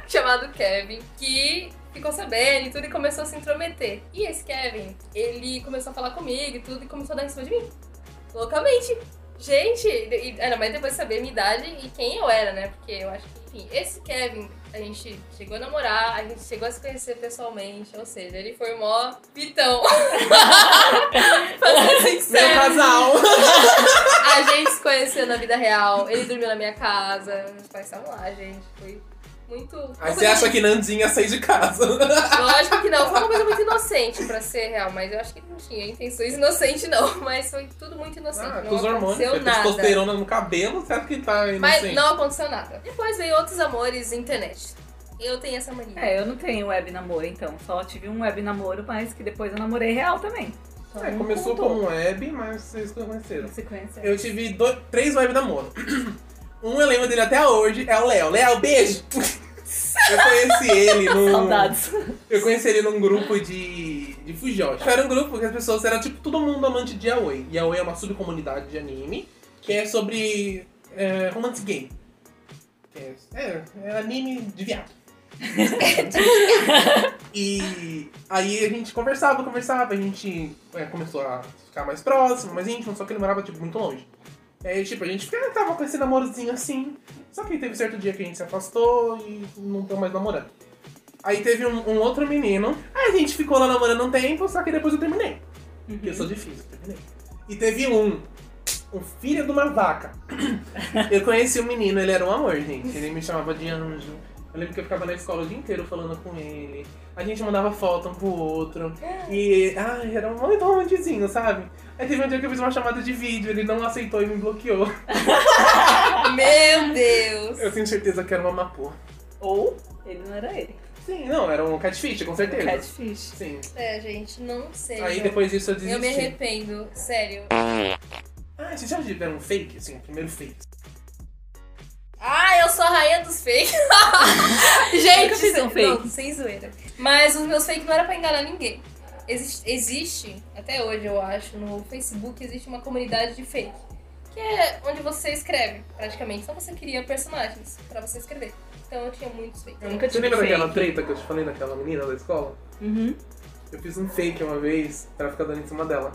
chamado Kevin que ficou sabendo e tudo e começou a se intrometer. E esse Kevin, ele começou a falar comigo e tudo e começou a dar em cima de mim. Loucamente. Gente, e- e- ainda mais depois de saber a minha idade e quem eu era, né? Porque eu acho que, enfim, esse Kevin, a gente chegou a namorar, a gente chegou a se conhecer pessoalmente, ou seja, ele foi mó pitão. pra ser Meu sincero. um casal! A gente se conheceu na vida real, ele dormiu na minha casa, meus pais estavam lá, gente. Foi muito. Aí você acha que Nandinha saiu de casa. Lógico que não, foi uma coisa muito inocente pra ser real, mas eu acho que não tinha intenções inocentes, não. Mas foi tudo muito inocente. Ah, não com os hormônios. aconteceu tem nada. Testosterona no cabelo, certo que tá inocente. Mas não aconteceu nada. Depois veio outros amores internet. Eu tenho essa mania. É, eu não tenho web namoro, então. Só tive um web namoro, mas que depois eu namorei real também. Então, É, não começou contou. como web, mas vocês conheceram. Não se conhece. Eu tive dois, três web namoro. Um eu lembro dele até hoje, é o Léo. Léo, beijo! Eu conheci ele num. Saudades. Eu conheci ele num grupo de. de Fujoshi. Era um grupo que as pessoas era tipo todo mundo amante de Yaoi. Yaoi é uma subcomunidade de anime que é sobre. é, romance gay. É, é, é anime de viado. e aí a gente conversava, conversava, a gente é, começou a ficar mais próximo, mais íntimo, só que ele morava tipo, muito longe. É, tipo, a gente ficava- tava com esse namorozinho assim. Só que teve certo dia que a gente se afastou e não tô mais namorando. Aí teve um, um outro menino. Aí a gente ficou lá namorando um tempo, só que depois eu terminei. Porque eu sou difícil, eu terminei. E teve um. Um filho de uma vaca. eu conheci o menino, ele era um amor, gente. Ele me chamava de anjo. Eu lembro que eu ficava na escola o dia inteiro falando com ele. A gente mandava foto um pro outro. E, ai, era muito romantizinho, sabe? Aí teve um dia que eu fiz uma chamada de vídeo, ele não aceitou e me bloqueou. Meu Deus! Eu tenho certeza que era uma mapô. Ou ele não era ele. Sim, não, era um catfish, com certeza. Catfish. Sim. É, gente, não sei. Aí depois disso eu desisti. Eu me arrependo, sério. Ah, vocês já tiveram um fake? Assim, o primeiro fake. Ah, eu sou a rainha dos fakes. Nunca Gente, fiz um fake. Não, sem zoeira. Mas os meus fakes não era pra enganar ninguém. Existe, existe, até hoje eu acho, no Facebook existe uma comunidade de fake. Que é onde você escreve, praticamente. Só você cria personagens pra você escrever. Então eu tinha muitos fakes. Eu nunca Você tive lembra daquela fake. treta que eu te falei daquela menina da escola? Uhum. Eu fiz um fake uma vez pra ficar dando em cima dela.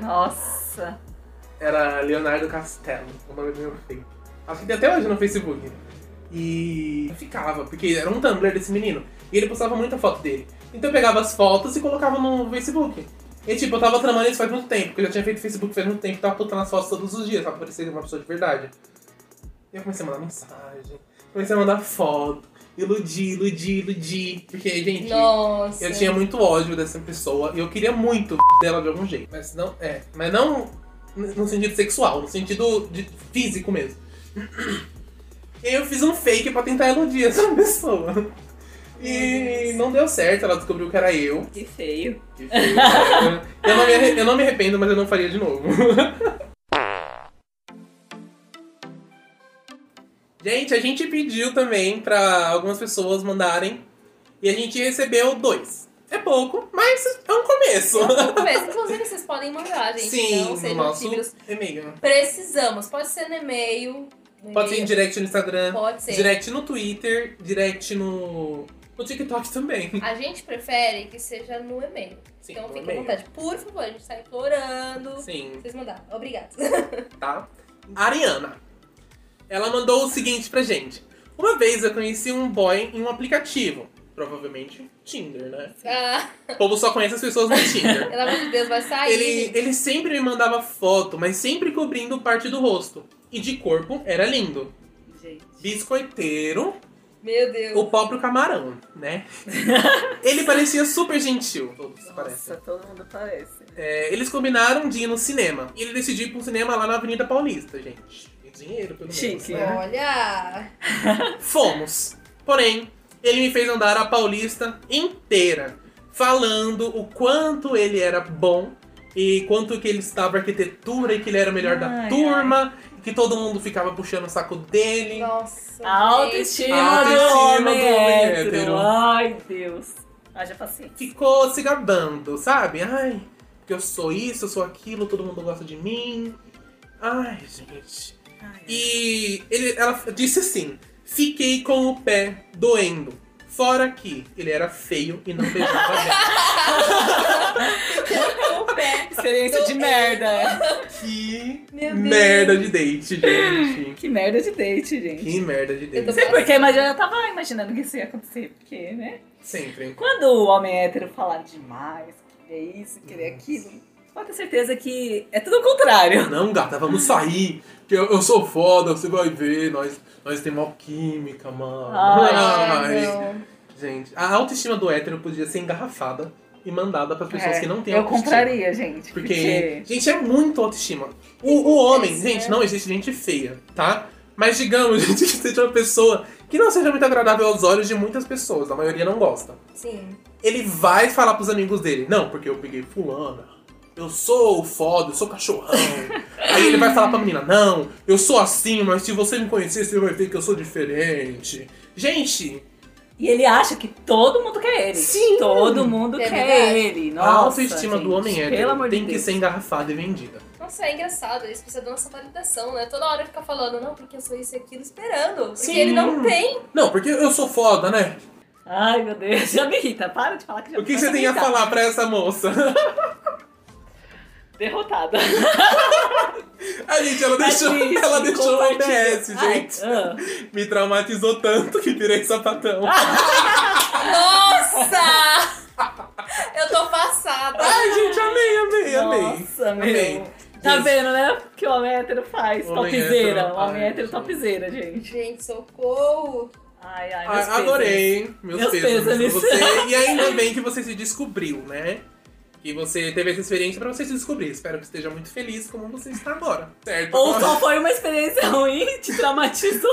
Nossa. era Leonardo Castelo, é o nome do meu filho. Acho que tem até hoje no Facebook. E eu ficava, porque era um Tumblr desse menino. E ele postava muita foto dele. Então eu pegava as fotos e colocava no Facebook. E tipo, eu tava tramando isso faz muito tempo, porque eu já tinha feito Facebook faz muito tempo, tava postando as fotos todos os dias, pra parecer uma pessoa de verdade. E eu comecei a mandar mensagem, comecei a mandar foto, iludi, iludi, iludi. Porque, gente, Nossa. eu tinha muito ódio dessa pessoa e eu queria muito dela de algum jeito. Mas não, é, mas não no sentido sexual, no sentido de físico mesmo. E aí eu fiz um fake pra tentar iludir essa pessoa. E não deu certo, ela descobriu que era eu. Que feio. Eu não, me, arre- eu não me arrependo, mas eu não faria de novo. Gente, a gente pediu também pra algumas pessoas mandarem e a gente recebeu dois. É pouco, mas é um começo. Mas, inclusive, vocês podem mandar, gente. Sim, não no sejam nosso tímidos. e-mail. Precisamos. Pode ser no e-mail. no Pode ser em e-mail, direct no Instagram, Pode ser. direct no Twitter, direct no, no TikTok também. A gente prefere que seja no e-mail. Sim, então no fique à e-mail. vontade. Por favor, a gente tá implorando. Sim. Vocês mandaram. Obrigada. tá? Ariana. Ela mandou o seguinte pra gente. Uma vez eu conheci um boy em um aplicativo. Provavelmente Tinder, né? Ah, O povo só conhece as pessoas no Tinder. pelo amor de Deus, vai sair. Ele, ele sempre me mandava foto, mas sempre cobrindo parte do rosto. E de corpo era lindo. Gente. Biscoiteiro, Meu Deus. o próprio camarão, né? Ele parecia super gentil. Todos parecem. Nossa, todo mundo parece. É, eles combinaram de ir no cinema. E ele decidiu ir pra um cinema lá na Avenida Paulista, gente. E dinheiro, pelo menos. Chique. né? Olha! Fomos. Porém, ele me fez andar a Paulista inteira, falando o quanto ele era bom e quanto que ele estava arquitetura e que ele era o melhor da Ai, turma, que todo mundo ficava puxando o saco dele. Nossa. gente. A autoestima Autoestima do homem é do homem hétero. hétero. Ai, Deus. Ah, Haja paciência. Ficou se gabando, sabe? Ai, que eu sou isso, eu sou aquilo, todo mundo gosta de mim. Ai, gente. Ai, E ele, ela disse assim: fiquei com o pé doendo. Fora que ele era feio e não beijava bem. O pé. Experiência de merda. Que Meu Deus. merda de date, gente. Que merda de date, gente. que merda de Eu date. tô- Sei porque, mas eu já tava imaginando que isso ia acontecer, porque, né? Sempre. Quando o homem é hétero falar demais, querer isso, querer aquilo, pode ter certeza que é tudo o contrário. Não, gata, vamos sair. Que eu, eu sou foda, você vai ver. Nós, nós temos alquímica, mano. Ai, não. Gente, a autoestima do hétero podia ser engarrafada e mandada pras pessoas É, que não têm Eu autoestima. compraria, gente. Porque, gente, é muito autoestima. O, o homem, acontece, gente, né? não existe gente feia, tá? Mas digamos, gente, que seja uma pessoa que não seja muito agradável aos olhos de muitas pessoas. A maioria não gosta. Sim. ele vai falar pros amigos dele, não, porque eu peguei fulana, eu sou o foda, eu sou cachorrão. Aí ele vai falar pra menina, não, eu sou assim, mas se você me conhecer, você vai ver que eu sou diferente. Gente, E ele acha que todo mundo quer ele. Sim. Todo mundo É quer verdade. ele. Nossa, a autoestima gente, do homem hétero Pelo amor tem de que Deus. ser engarrafada e vendida. Nossa, é engraçado. Eles precisam da nossa validação, né? Toda hora fica falando, não, porque eu sou isso e aquilo, esperando. Porque Sim. ele não tem. Não, porque eu sou foda, né? Ai, meu Deus. Já me irrita. Para de falar que já O que começa você tem a me irritar. falar pra essa moça? Derrotada. A gente, ela deixou, Tá triste, ela deixou o compartilha. OBS, Ai, gente. ah. Me traumatizou tanto que virei sapatão. Nossa! eu tô passada. Ai, gente, amei, amei, amei. Nossa, meu. Amei. Tá Gente. vendo, né? O que o homem hétero faz. Homem topzeira. hétero, O homem ai, hétero gente. topzeira, gente. Gente, socorro. Ai, ai, meus Ah, adorei, hein? Meus, Meus pesos. pêsames. Você, e ainda bem que você se descobriu, né? Que você teve essa experiência pra você se descobrir. Espero que esteja muito feliz como você está agora. Certo? Ou Agora- só foi uma experiência ruim, te traumatizou.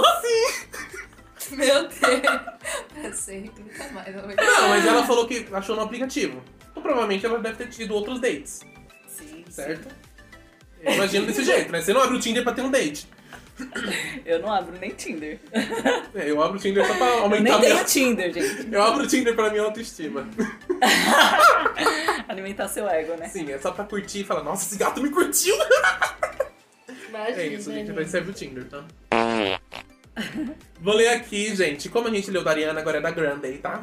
Meu Deus. Pra sempre, nunca mais. Não, Não, Ah, mas ela falou que achou no aplicativo. Então provavelmente ela deve ter tido outros dates, Sim, certo? Eu imagino desse jeito, né? Você não abre o Tinder pra ter um date. Eu não abro nem Tinder. É, eu abro o Tinder só pra Eu aumentar nem tenho minha... Tinder, gente. Eu abro o Tinder pra minha autoestima. Alimentar seu ego, né? Sim, é só pra curtir e falar, nossa, esse gato me curtiu! Imagina, É isso, gente. né? Vai serve o Tinder, tá? Vou ler aqui, gente. Como a gente leu da Ariana, agora é da Grande, tá?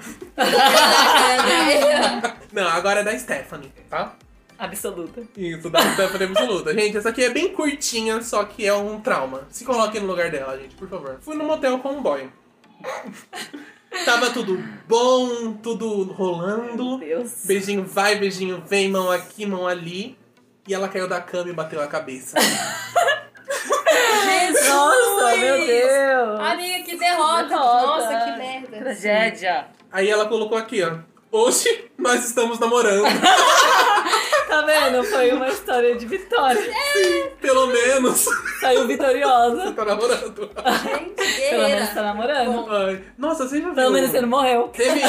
Não, agora é da Stephanie, tá? Absoluta. Isso, da Tampa absoluta. Gente, essa aqui é bem curtinha, só que é um trauma. Se coloquem no lugar dela, gente, por favor. Fui no motel com um boy. Tava tudo bom, tudo Meu rolando. Deus. Beijinho vai, beijinho vem, mão aqui, mão ali. E ela caiu da cama e bateu a cabeça. Jesus! Nossa, meu Deus. Amiga, que derrota! Derrota. Nossa, que merda! Tragédia. Aí ela colocou aqui, ó. Hoje nós estamos namorando. Tá vendo? Foi uma história de vitória. Pelo menos Saiu vitoriosa. tá namorando. Gente, Pelo menos tá guerreira! namorando. Ai, Nossa, você já viu? Pelo menos você não morreu. Teve,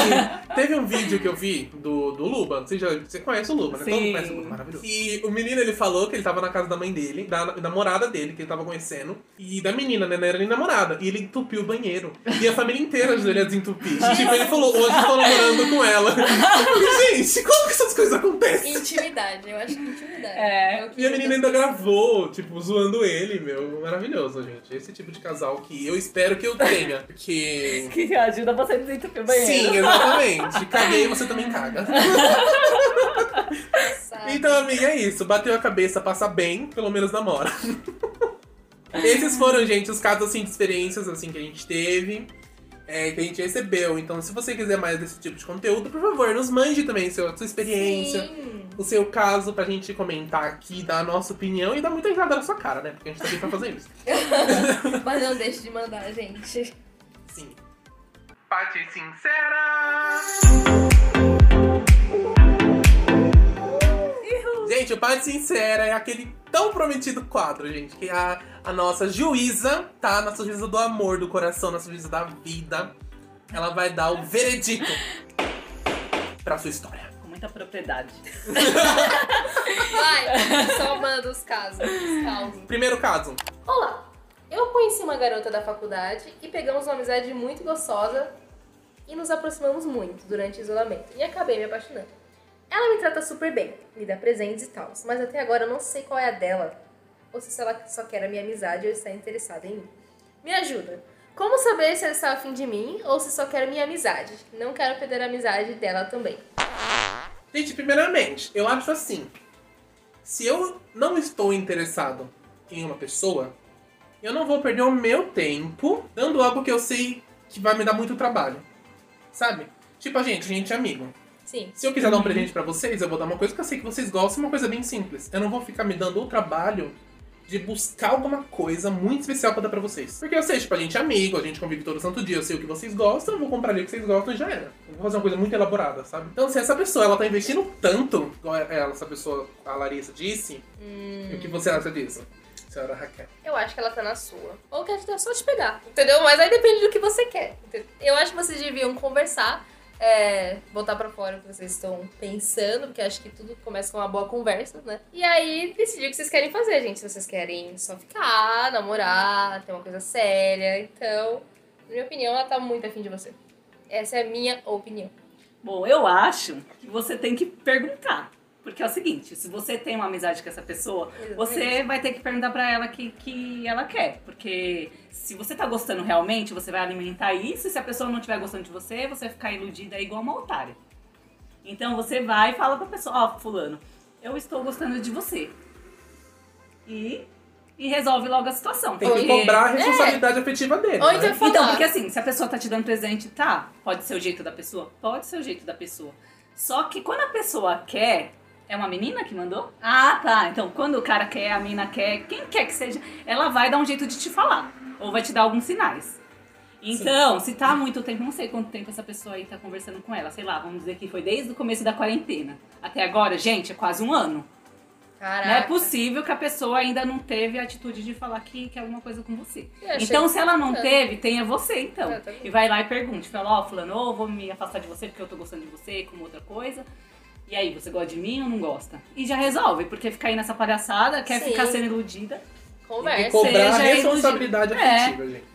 teve um vídeo que eu vi do, do Luba. Você, já, você conhece o Luba, né? Todo mundo Sim. conhece o Luba, maravilhoso. E o menino, ele falou que ele tava na casa da mãe dele, da da namorada dele, que ele tava conhecendo, e da menina, né? Não era nem namorada. E ele entupiu o banheiro. E a família inteira ajudou ele a desentupir. tipo, ele falou, hoje eu tô namorando com ela. E, gente, como que essas coisas acontecem? Intimidade, eu acho que intimidade. É. o que E a menina ainda gravou, tipo, zoando ele, meu. Maravilhoso, gente. Esse tipo de casal que eu espero que eu tenha. Porque... Que ajuda você a tá desentupir o banheiro. Sim, exatamente. Caguei, você também caga. sabe? Então, amiga, é isso. Bateu a cabeça, passa bem, pelo menos namora. Esses foram, gente, os casos assim, de experiências assim, que a gente teve, é, que a gente recebeu. Então, se você quiser mais desse tipo de conteúdo, por favor, nos mande também seu, sua experiência, Sim. o seu caso, pra gente comentar aqui, dar a nossa opinião e dar muita risada na sua cara, né? Porque a gente tá aqui pra fazer isso. Mas não deixe de mandar, gente. Sim. Parte sincera! Gente, o Parte Sincera é aquele tão prometido quadro, gente, que a, a nossa juíza, tá? Nossa juíza do amor, do coração, nossa juíza da vida, ela vai dar o veredito pra sua história. Com muita propriedade. Vai, só manda os casos. Os causos. Primeiro caso. Olá, eu conheci uma garota da faculdade e pegamos uma amizade muito gostosa e nos aproximamos muito durante o isolamento e acabei me apaixonando. Ela me trata super bem, me dá presentes e tal, mas até agora eu não sei qual é a dela ou se ela só quer a minha amizade ou está interessada em mim. Me ajuda. Como saber se ela está afim de mim ou se só quer minha amizade? Não quero perder a amizade dela também. Gente, primeiramente, eu acho assim. Se eu não estou interessado em uma pessoa, eu não vou perder o meu tempo dando algo que eu sei que vai me dar muito trabalho. Sabe? Tipo, a gente, a gente é amigo. Sim. Se eu quiser dar um presente pra vocês, eu vou dar uma coisa que eu sei que vocês gostam, uma coisa bem simples. Eu não vou ficar me dando o trabalho de buscar alguma coisa muito especial pra dar pra vocês. Porque eu sei, tipo, a gente é amigo, a gente convive todo santo dia, eu sei o que vocês gostam, eu vou comprar ali o que vocês gostam e já era. Eu vou fazer uma coisa muito elaborada, sabe? Então, se essa pessoa, ela tá investindo tanto, igual é ela, essa pessoa, a Larissa, disse, Hum. e o que você acha disso? Senhora Raquel. Eu acho que ela tá na sua. Ou quer até só te pegar, entendeu? Mas aí depende do que você quer. entendeu? Eu acho que vocês deviam conversar, é, botar pra fora o que vocês estão pensando, porque acho que tudo começa com uma boa conversa, né? E aí decidir o que vocês querem fazer, gente. Se vocês querem só ficar, namorar, ter uma coisa séria. Então, na minha opinião, ela tá muito afim de você. Essa é a minha opinião. Bom, eu acho que você tem que perguntar. Porque é o seguinte, se você tem uma amizade com essa pessoa, você vai ter que perguntar pra ela o que, que ela quer. Porque se você tá gostando realmente, você vai alimentar isso. E se a pessoa não estiver gostando de você, você vai ficar iludida é igual uma otária. Então você vai e fala pra pessoa, ó, fulano, eu estou gostando de você. E, e resolve logo a situação. Tem que Oi. cobrar É. a responsabilidade afetiva dele. Ou né? então falar. Então, porque assim, se a pessoa tá te dando presente, tá, pode ser o jeito da pessoa? Pode ser o jeito da pessoa. Só que quando a pessoa quer, é uma menina que mandou? Ah, tá. Então, quando o cara quer, a menina quer, quem quer que seja, ela vai dar um jeito de te falar. Ou vai te dar alguns sinais. Então, se tá há muito tempo, não sei quanto tempo essa pessoa aí tá conversando com ela, sei lá, vamos dizer que foi desde o começo da quarentena. Até agora, gente, é quase um ano. Caraca. Não é possível que a pessoa ainda não teve a atitude de falar que quer alguma coisa com você. Eu achei Então, se ela não bacana. É, teve, tenha você, então. Eu também. E vai lá e pergunte. Fala, ó, fulano, ou vou me afastar de você porque eu tô gostando de você, como outra coisa. E aí, você gosta de mim ou não gosta? E já resolve, porque ficar aí nessa palhaçada, quer Sim. ficar sendo iludida. Tem que Conversa. cobrar a seja responsabilidade iludido. É. afetiva, gente.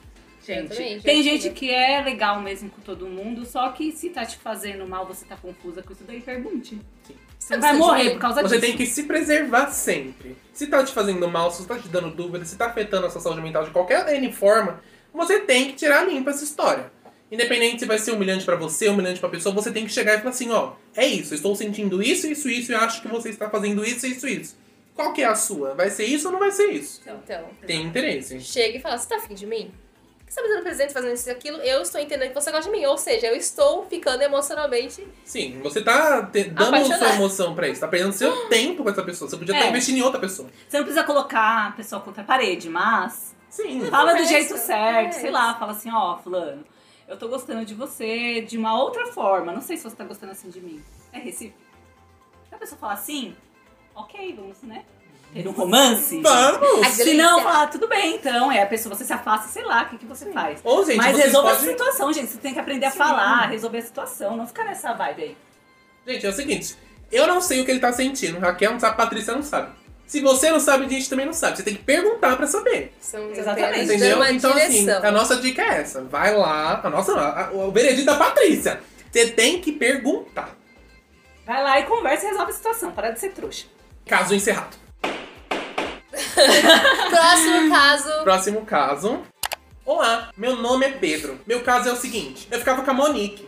Gente, também, tem gente. gente que é legal mesmo com todo mundo, só que se tá te fazendo mal, você tá confusa com isso daí, pergunte. Sim. Você vai morrer por causa Você disso. tem que se preservar sempre. Se tá te fazendo mal, se tá te dando dúvida, se tá afetando a sua saúde mental de qualquer N forma, você tem que tirar limpo essa história. Independente se vai ser humilhante pra você, humilhante pra pessoa, você tem que chegar e falar assim, ó, é isso, eu estou sentindo isso, isso, isso, e acho que você está fazendo isso, isso, isso. Qual que é a sua? Vai ser isso ou não vai ser isso? Então, Tem interesse. chega e fala, você tá afim de mim? Por que você tá me dando presente, fazendo isso e aquilo? Eu estou entendendo que você gosta de mim. Ou seja, eu estou ficando emocionalmente. Sim, você tá te- dando sua Apaixonada. emoção pra isso, tá perdendo seu tempo com essa pessoa. Você podia estar É. investindo em outra pessoa. Você não precisa colocar a pessoa contra a parede, mas Sim. fala do Conversa, jeito certo, conversa. sei lá, fala assim, ó, fulano, eu tô gostando de você de uma outra forma. Não sei se você tá gostando assim de mim. É recíproco. Se a pessoa falar assim, ok, vamos, né? Ter um romance. Vamos! Ai, Se não, delícia. falar, tudo bem, então. É a pessoa, você se afasta, sei lá, o que, que você faz. Ou, gente, Mas vocês resolva podem- a situação, gente. Você tem que aprender a falar, resolver a situação, não ficar nessa vibe aí. Gente, é o seguinte, eu não sei o que ele tá sentindo. Raquel não sabe, Patrícia não sabe. Se você não sabe, a gente também não sabe. Você tem que perguntar pra saber. São Exatamente. apenas dando Entendeu? uma Então, assim, direção. a nossa dica é essa. Vai lá. A nossa, não, a- o veredito da Patrícia. Você tem que perguntar. Vai lá e conversa e resolve a situação. Para de ser trouxa. Caso encerrado. Próximo caso. Próximo caso. Olá, meu nome é Pedro. Meu caso é o seguinte: eu ficava com a Monique.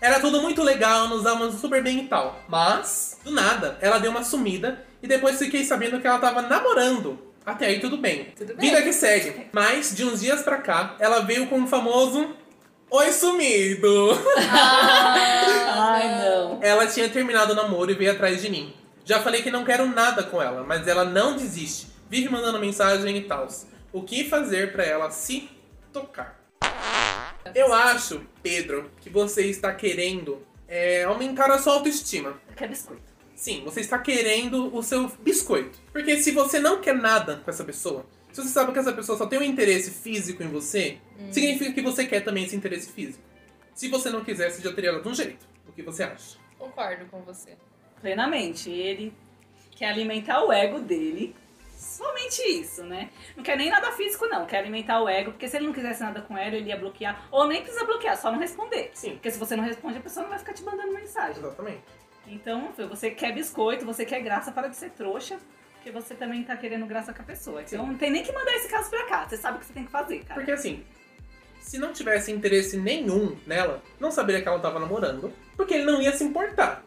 Era tudo muito legal, nos dávamos super bem e tal. Mas, do nada, ela deu uma sumida e depois fiquei sabendo que ela tava namorando. Até aí tudo bem. Tudo bem. Vida que segue. Mas, de uns dias pra cá, ela veio com o famoso Oi sumido. Ah, Ai, não. Ela tinha terminado o namoro e veio atrás de mim. Já falei que não quero nada com ela, mas ela não desiste. Vive mandando mensagem e tal. O que fazer pra ela se tocar? Eu acho, Pedro, que você está querendo é, aumentar a sua autoestima. Eu quero biscoito. Sim, você está querendo o seu biscoito. Porque se você não quer nada com essa pessoa, se você sabe que essa pessoa só tem um interesse físico em você, significa que você quer também esse interesse físico. Se você não quiser, você já teria dado um jeito. O que você acha? Concordo com você. Plenamente. Ele quer alimentar o ego dele. Somente isso, né? Não quer nem nada físico, não. Quer alimentar o ego, porque se ele não quisesse nada com ela, ele ia bloquear. Ou nem precisa bloquear, só não responder. Sim. Porque se você não responde, a pessoa não vai ficar te mandando mensagem. Exatamente. Então, você quer biscoito, você quer graça, para de ser trouxa, porque você também tá querendo graça com a pessoa. Então, não tem nem que mandar esse caso pra cá. Você sabe o que você tem que fazer, cara. Porque assim, se não tivesse interesse nenhum nela, não saberia que ela tava namorando, porque ele não ia se importar.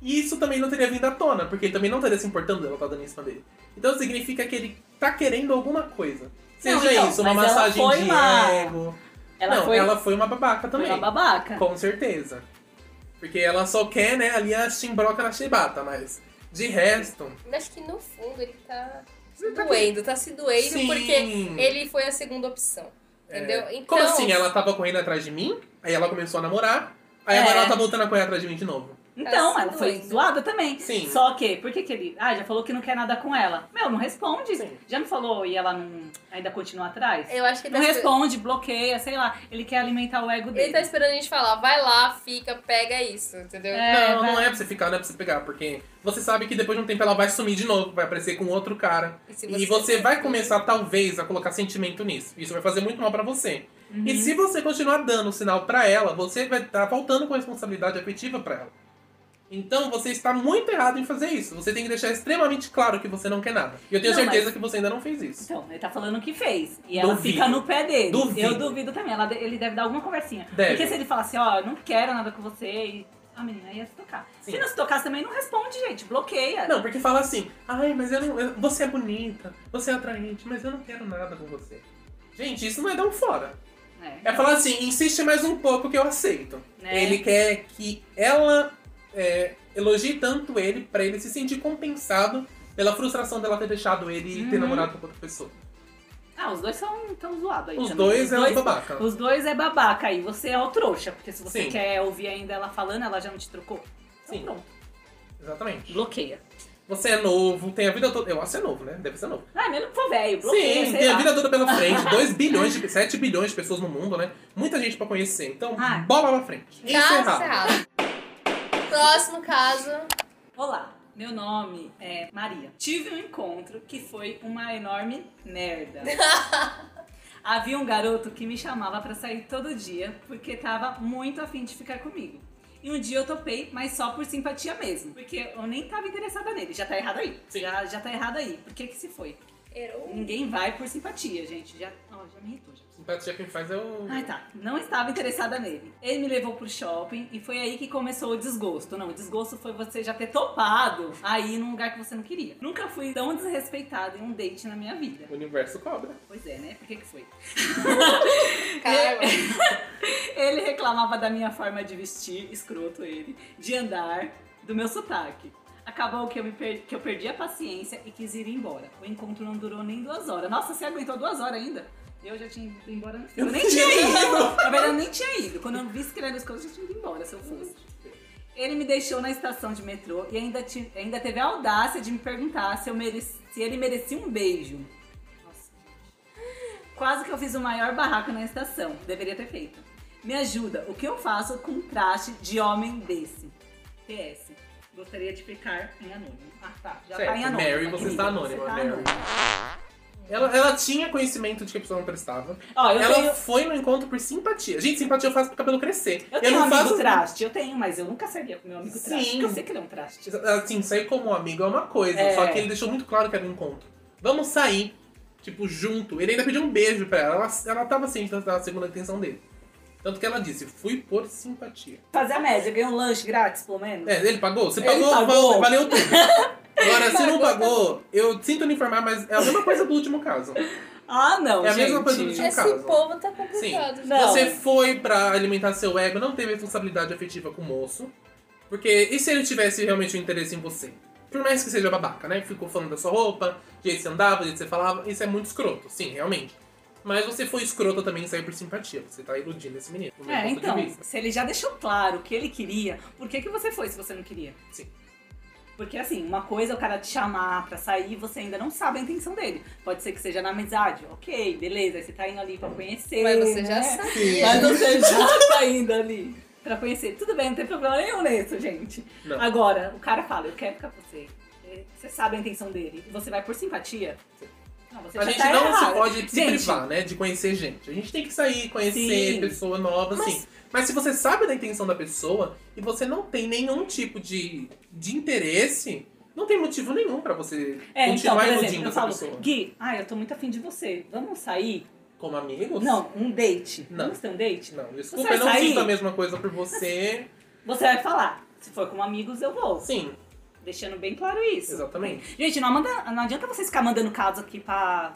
E isso também não teria vindo à tona, porque ele também não estaria se importando dela tá dando em cima dele. Então significa que ele tá querendo alguma coisa. Seja Não, então, isso, uma mas ela massagem foi de uma- ego. Ela não, foi, ela foi uma babaca foi também. uma babaca. Com certeza. Porque ela só quer, né, ali a chimbroca na chibata, mas de resto. Eu acho que no fundo ele tá se Ele tá doendo, tá se doendo Sim. É. porque ele foi a segunda opção. Entendeu? Então, Como assim? Ela tava correndo atrás de mim, aí ela começou a namorar, aí É. agora ela tá voltando a correr atrás de mim de novo. Então, Tá ela foi doendo. zoada também. Sim. Só que, por que, que ele. Ah, já falou que não quer nada com ela. Meu, não responde. Sim. Já não falou e ela não ainda continua atrás? eu acho que ele Não tá, esper- responde, bloqueia, sei lá. Ele quer alimentar o ego ele dele. tá esperando a gente falar, vai lá, fica, pega isso, entendeu? É. não, vai- não é pra você ficar, não é pra você pegar, porque você sabe que depois de um tempo ela vai sumir de novo, vai aparecer com outro cara. se e você vai começar, talvez, a colocar sentimento nisso. Isso vai fazer muito mal pra você. Uhum. E se você continuar dando sinal pra ela, você vai estar faltando com a responsabilidade afetiva pra ela. Então você está muito errado em fazer isso. Você tem que deixar extremamente claro que você não quer nada. E eu tenho Não, certeza que você ainda não fez isso. Então, ele tá falando que fez. E ela Duvido. fica no pé dele. Duvido. Eu duvido também. Ela, ele deve dar alguma conversinha. Deve. Porque se ele falar assim, ó, eu não quero nada com você, e a menina ia se tocar. Sim. Se não se tocar também, não responde, gente. Bloqueia. Não, porque fala assim, ai, mas eu não. eu- você é bonita, você é atraente, mas eu não quero nada com você. Gente, isso não é dar um fora. É. É falar assim, insiste mais um pouco que eu aceito. Né? Ele quer que ela é, elogie tanto ele pra ele se sentir compensado pela frustração dela ter deixado ele e ter Uhum. namorado com outra pessoa. Ah, os dois são tão zoados aí. Os também. dois é um babaca. Os dois é babaca aí, você é o trouxa, porque se você Sim. quer ouvir ainda ela falando, ela já não te trocou. Então Sim. pronto, Exatamente. bloqueia. Você é novo, tem a vida toda. Eu acho que é novo, né? Deve ser novo. Ah, mesmo que for velho, bloqueia, Sim, sei tem a lá. vida toda pela frente. 2 bilhões, de, 7 bilhões de pessoas no mundo, né? Muita gente pra conhecer. Então, Ah. bola pra frente. é Caso errado. Próximo caso. Olá, meu nome é Maria. Tive um encontro que foi uma enorme merda. Havia um garoto que me chamava pra sair todo dia porque tava muito afim de ficar comigo. E um dia eu topei, mas só por simpatia mesmo. Porque eu nem tava interessada nele. Já tá errado aí. Sim. Já, já tá errado aí. Por que que se foi? Errou. Ninguém vai por simpatia, gente. Já, ó, já me irritou. Já. Simpatia quem faz é o. Ai, tá. Não estava interessada nele. Ele me levou pro shopping e foi aí que começou o desgosto. Não, o desgosto foi você já ter topado aí num lugar que você não queria. Nunca fui tão desrespeitada em um date na minha vida. O universo cobra. Pois é, né? Por que que foi? Um Carla. Ele reclamava da minha forma de vestir, escroto ele, de andar, do meu sotaque. Acabou que eu, me per- que eu perdi a paciência e quis ir embora. O encontro não durou nem duas horas. Nossa, você aguentou duas horas ainda? Eu já tinha ido embora antes. Eu nem tinha ido. Na verdade, eu nem tinha ido. Quando eu visse que ele era escroto, eu já tinha ido embora, se eu fosse. Ele me deixou na estação de metrô e ainda, ti- ainda teve a audácia de me perguntar se, eu mereci- se ele merecia um beijo. Nossa, gente. Quase que eu fiz o maior barraco na estação. Deveria ter feito. Me ajuda, o que eu faço com um traste de homem desse? PS. Gostaria de ficar em anônimo. Ah, tá. Já Certo, tá em anônimo. Mary, tá, você querida? está anônima, Você tá Mary. anônima. Ela, ela tinha conhecimento de que a pessoa não prestava. Ó, eu ela tenho, foi no encontro por simpatia. Gente, simpatia eu faço pro cabelo crescer. eu tenho um não amigo faço. traste, eu tenho, mas eu nunca seria com meu amigo traste. Sim. Porque eu sei que ele é um traste. Assim, sair como amigo é uma coisa. É. Só que ele deixou muito claro que era um encontro. Vamos sair, tipo, junto. Ele ainda pediu um beijo pra ela. Ela, ela tava ciente da da segunda intenção dele. Tanto que ela disse, fui por simpatia. Fazer a média, ganhar um lanche grátis, pelo menos. É, ele pagou? Você Ele pagou, pagou. val- valeu tudo. Agora, se não Pagou. pagou, eu sinto lhe informar, mas é a mesma coisa do último caso. Ah, não, É a gente. mesma coisa do Esse caso. povo tá complicado. gente. um Não. Você foi pra alimentar seu ego, não teve responsabilidade afetiva com o moço. Porque e se ele tivesse realmente um interesse em você? Por mais que seja babaca, né? Ficou falando da sua roupa, do jeito que você andava, do jeito que você falava. Isso é muito escroto, sim, realmente. Mas você foi escrota também em sair por simpatia. Você tá iludindo esse menino. do meu É, ponto então, de vista. se ele já deixou claro o que ele queria, por que, que você foi se você não queria? Sim. Porque assim, uma coisa é o cara te chamar pra sair e você ainda não sabe a intenção dele. Pode ser que seja na amizade, ok, beleza, aí você tá indo ali pra conhecer. Mas você já né? sabia. Mas você já tá indo ali pra conhecer. Tudo bem, não tem problema nenhum nisso, gente. Não. Agora, o cara fala, eu quero ficar com você. É, Você sabe a intenção dele. E você vai por simpatia? Não, você A já gente tá não se errado. pode se Gente. privar, né? De conhecer gente. A gente tem que sair, conhecer Sim. pessoa nova, Mas- sim. Mas se você sabe da intenção da pessoa e você não tem nenhum tipo de, de interesse, não tem motivo nenhum pra você É, então, por continuar exemplo, iludindo eu essa falo, pessoa. Gui, ah, eu tô muito afim de você. Vamos sair? Como amigos? Não, um date. Não. Vamos ter um date? Não, Você desculpa, vai eu não sair? sinto a mesma coisa por você. Você vai falar. Se for com amigos, eu vou. Sim, Deixando bem claro isso. exatamente. Gente, não, manda- não adianta vocês ficar mandando caso aqui pra.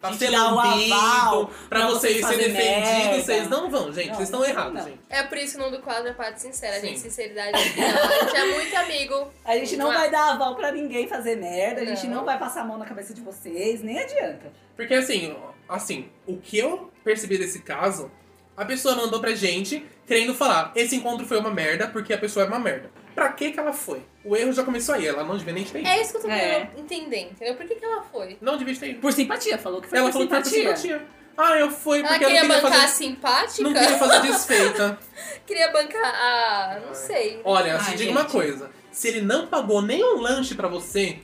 Tá Te sendo dar o lambido aval pra pra você vocês fazer ser defendido. merda. Vocês não vão, gente. Não, vocês estão não, errados, não. gente. É por isso que o nome do quadro é Parte Sincera, gente. Sim. Sinceridade é final. A gente é muito amigo. A gente não Ah. vai dar aval pra ninguém fazer merda, a gente Não. não vai passar a mão na cabeça de vocês, nem adianta. Porque assim, assim, o que eu percebi desse caso, a pessoa mandou pra gente querendo falar, esse encontro foi uma merda porque a pessoa é uma merda. Pra que que ela foi? O erro já começou aí, ela não devia nem ter ido. É isso que eu tô É. querendo entender, entendeu? Por que, que ela foi? Não devia ter ido. Por simpatia, falou que foi Ela por falou que foi por É simpatia. simpatia. Ah, eu fui Ela porque eu não queria queria bancar a fazer... simpática? Não queria fazer desfeita. Queria bancar a. não Ai. sei. Olha, Ai, te digo gente. uma coisa. Se ele não pagou nenhum lanche pra você,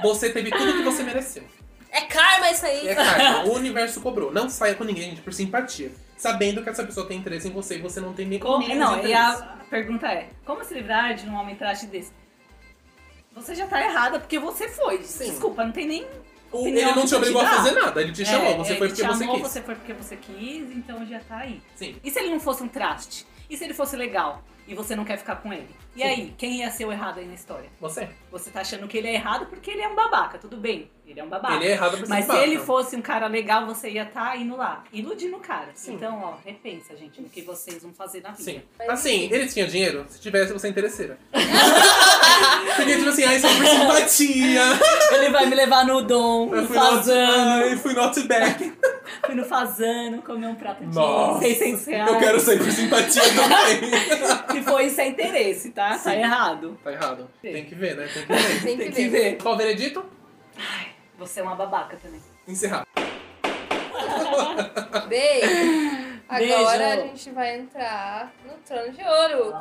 você teve tudo que você mereceu. É karma isso aí! É cara, o universo cobrou. Não saia com ninguém, gente, por simpatia. Sabendo que essa pessoa tem interesse em você e você não tem nem Como- mínimo de não, e interesse. a pergunta é: como se livrar de um homem traste desse? Você já tá errada porque você foi. Sim. Desculpa, não tem nem. O- opinião Ele não que te obrigou te a dá. fazer nada, ele te É, chamou, você é, foi ele te porque você amou, quis. Você foi porque você quis, então já tá aí. Sim. E se ele não fosse um traste? E se ele fosse legal e você não quer ficar com ele? E Sim. aí, quem ia ser o errado aí na história? Você? Você tá achando que ele é errado porque ele é um babaca, tudo bem. Ele é um babaca. Ele é errado por Mas se ser ele babaca. fosse um cara legal, você ia estar tá indo lá, iludindo o cara. Sim. Então, ó, repensa, gente, no que vocês vão fazer na vida. Sim. Mas Assim, ele tinha dinheiro? Se tivesse, você é interesseira. Porque, tipo assim, ai, só por simpatia. Ele vai me levar no Dom, Eu no fui not, Fazano. ai, fui not back. Fui no Fazano comer um prato de Nossa, 600 reais. Eu quero sair por simpatia também. Que foi sem interesse, tá? Tá Sim. errado. tá errado. Sim. Tem que ver, né? Tem que ver. Tem que, Tem que ver. ver. Qual o veredito? Você é uma babaca também. Encerrar. Beijo. Beijo. Agora a gente vai entrar no trono de ouro.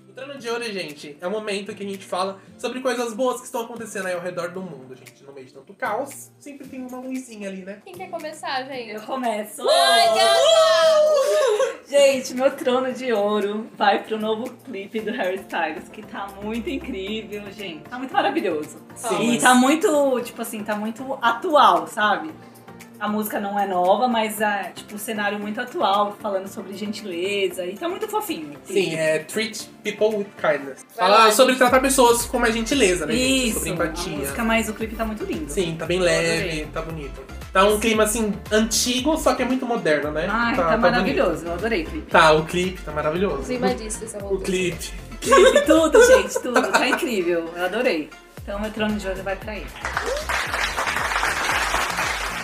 O Trono de Ouro, gente, é o momento que a gente fala sobre coisas boas que estão acontecendo aí ao redor do mundo, gente. No meio de tanto caos, sempre tem uma luzinha ali, né? Quem quer começar, gente? Eu começo. Ai, gata! Gente, meu trono de ouro vai pro novo clipe do Harry Styles, que tá muito incrível, gente. Tá muito maravilhoso. Sim, e mas- tá muito, tipo assim, tá muito atual, sabe? A música não é nova, mas é, tipo, um cenário muito atual, falando sobre gentileza. E tá muito fofinho. Sim, é Treat People with Kindness. Vai Fala lá, sobre tratar pessoas com mais gentileza, né? gente? Isso, Sobre a empatia. música, mas o clipe tá muito lindo. Sim, tá bem Adorei. leve, tá bonito. Tá um clima assim antigo, só que é muito moderno, né? Ai, tá, maravilhoso, eu adorei o clipe. bonito. Tá, o clipe tá maravilhoso. Os imagistas eu O vou clipe. clipe, tudo, gente, tudo. Tá incrível, eu adorei. Então meu trono de ouro vai pra ele.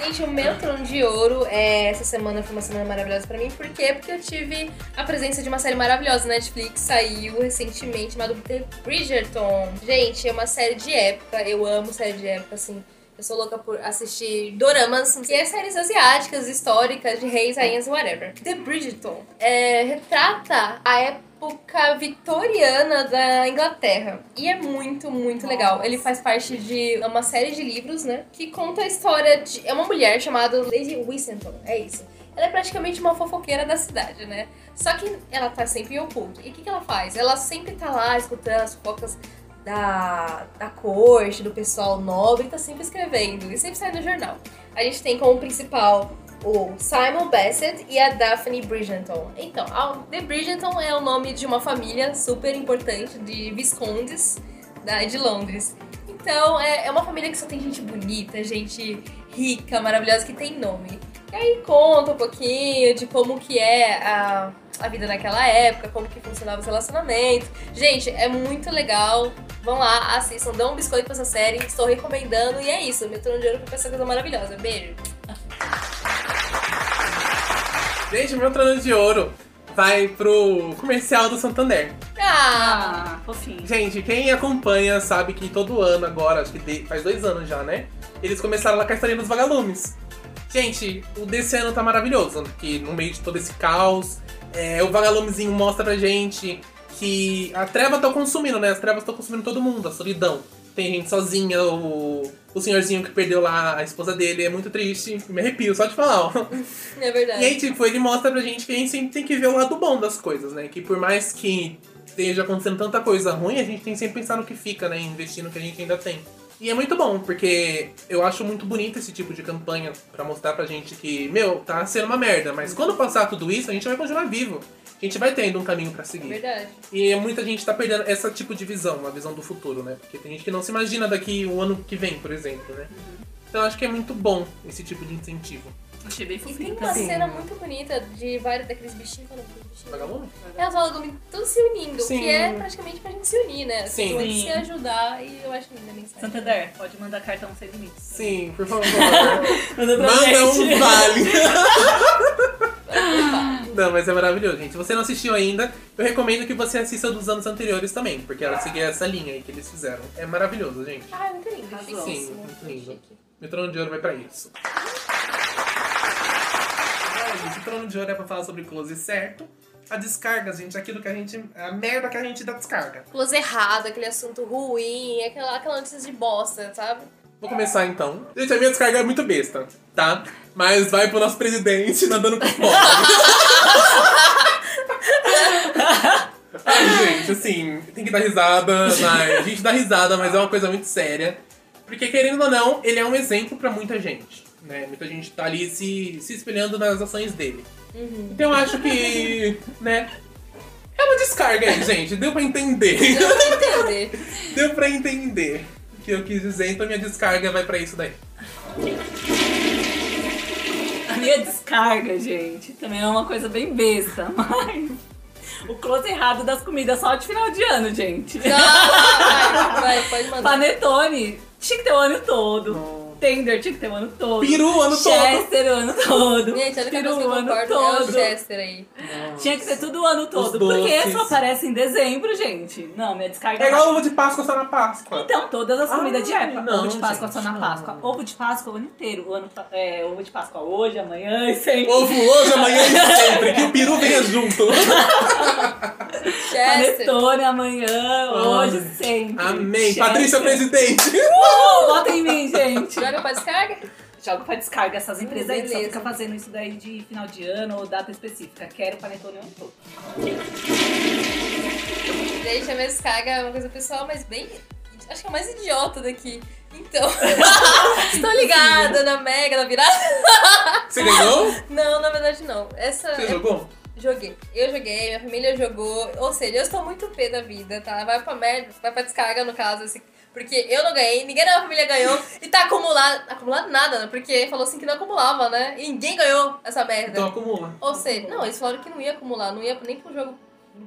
Gente, o meu trono de ouro é, essa semana foi uma semana maravilhosa pra mim. Por quê? Porque eu tive a presença de uma série maravilhosa na Netflix, saiu recentemente, chamada The Bridgerton. Gente, é uma série de época, eu amo série de época, assim. Eu sou louca por assistir doramas, que é séries asiáticas, históricas, de reis, rainhas, whatever. The Bridgerton é, retrata a época vitoriana da Inglaterra. E é muito, muito legal. Ele faz parte de uma série de livros, né? Que conta a história de. É uma mulher chamada Lady Whistleton, é isso. Ela é praticamente uma fofoqueira da cidade, né? Só que ela tá sempre em oculto. E o que, que ela faz? Ela sempre tá lá escutando as fofocas da, da corte, do pessoal nobre, e tá sempre escrevendo. E sempre sai no jornal. A gente tem como principal o Simon Bassett e a Daphne Bridgerton. Então, a The Bridgerton é o nome de uma família super importante de viscondes da, de Londres. Então, é, é uma família que só tem gente bonita, gente rica, maravilhosa, que tem nome. E aí conta um pouquinho de como que é a, a vida naquela época, como que funcionava os relacionamentos. Gente, é muito legal. Vão lá, assistam, dão um biscoito pra essa série, estou recomendando. E é isso, meu trono de ouro pra essa coisa maravilhosa. Beijo. Gente, meu trono de ouro vai pro comercial do Santander. Ah! Ah, fofinho. Gente, quem acompanha sabe que todo ano agora, acho que de- faz dois anos já, né? Eles começaram lá com a história dos vagalumes. Gente, o desse ano tá maravilhoso, porque no meio de todo esse caos, é, o vagalumezinho mostra pra gente que a treva tá consumindo, né? As trevas estão consumindo todo mundo, a solidão. Tem gente sozinha, o, o senhorzinho que perdeu lá a esposa dele é muito triste. Me arrepio só de falar, ó. É verdade. E aí, tipo, ele mostra pra gente que a gente sempre tem que ver o lado bom das coisas, né? Que por mais que esteja acontecendo tanta coisa ruim, a gente tem que sempre pensar no que fica, né? Investir no que a gente ainda tem. E é muito bom, porque eu acho muito bonito esse tipo de campanha pra mostrar pra gente que, meu, tá sendo uma merda, mas quando passar tudo isso, a gente vai continuar vivo. A gente vai tendo um caminho pra É seguir. verdade. E muita gente tá perdendo essa tipo de visão, a visão do futuro, né? Porque tem gente que não se imagina daqui o ano que vem, por exemplo, né? Então eu acho que é muito bom esse tipo de incentivo. Achei bem E tem fofinho uma também. cena muito bonita de vários daqueles bichinhos, qual é o nome dos bichinhos? Vagalume? É os vagalumes todos se unindo, Sim. que é praticamente pra gente se unir, né? Sim. Pra gente Sim. se ajudar e eu acho linda a mensagem. Santander, pode mandar cartão sem limites. Sim, por favor. Manda pra Manda gente. um vale. Não, mas é maravilhoso, gente. Se você não assistiu ainda, eu recomendo que você assista dos anos anteriores também, porque ela seguia essa linha aí que eles fizeram. É maravilhoso, gente. Ah, muito lindo. Arrasou. Sim, chiquíssimo, muito lindo. chique. Meu trono de ouro vai pra isso. Ai, gente, o trono de ouro é pra falar sobre close certo. A descarga, gente, é aquilo que a gente. A merda que a gente dá descarga. Close errado, aquele assunto ruim, aquela, aquela notícia de bosta, sabe? Vou começar então. Gente, a minha descarga é muito besta, tá? Mas vai pro nosso presidente nadando com fome. Ai, gente, assim, tem que dar risada, mas a gente dá risada, mas é uma coisa muito séria. Porque, querendo ou não, ele é um exemplo pra muita gente. Né? Muita gente tá ali se, se espelhando nas ações dele. Então eu acho que, né? É uma descarga aí, gente. Deu pra entender. Eu não entender. Deu pra entender o que eu quis dizer, então minha descarga vai pra isso daí. A minha descarga, gente, também é uma coisa bem besta, mas. O close errado das comidas só de final de ano, gente. Não, Ah, vai, vai, pode mandar. Panetone tinha que ter o ano todo. Tender tinha que ter o ano todo. Peru o ano todo. Chester o ano todo. Gente, a única Peru coisa que o eu ano concordo é o todo. Chester aí. tinha que ter tudo o ano todo. doces. Porque só aparece em dezembro, gente. Não, minha descarga tá É igual ovo de Páscoa só na Páscoa. Então, todas as comidas de Ah, época. não, ovo de Páscoa gente, só na não. Páscoa. Ovo de Páscoa o ano inteiro. O ano, pa- é, ovo de Páscoa hoje, amanhã e sempre. Ovo hoje, amanhã e sempre. Que o peru venha junto. Chester. Panetone amanhã, hoje, Ai. sempre. Amém. Chester. Patrícia, presidente. Uhul, vota em mim, gente. Joga pra descarga? Joga pra descarga essas empresas aí que só beleza. fica fazendo isso daí de final de ano ou data específica. Quero panetone ano todo. Gente, a minha descarga é uma coisa pessoal, mas bem. Acho que é a mais idiota daqui. Então. Estou ligada na Mega, na virada. Você ganhou? Não, na verdade não. Essa. Você é- jogou? Joguei. Eu joguei, minha família jogou. Ou seja, eu estou muito pé da vida, tá? Vai pra merda, vai pra descarga no caso, assim. Porque eu não ganhei, ninguém da minha família ganhou. E tá acumulado. Acumulado nada, né? Porque falou assim que não acumulava, né? E ninguém ganhou essa merda. Então acumula. Ou seja, não, eles falaram que não ia acumular, não ia nem pro jogo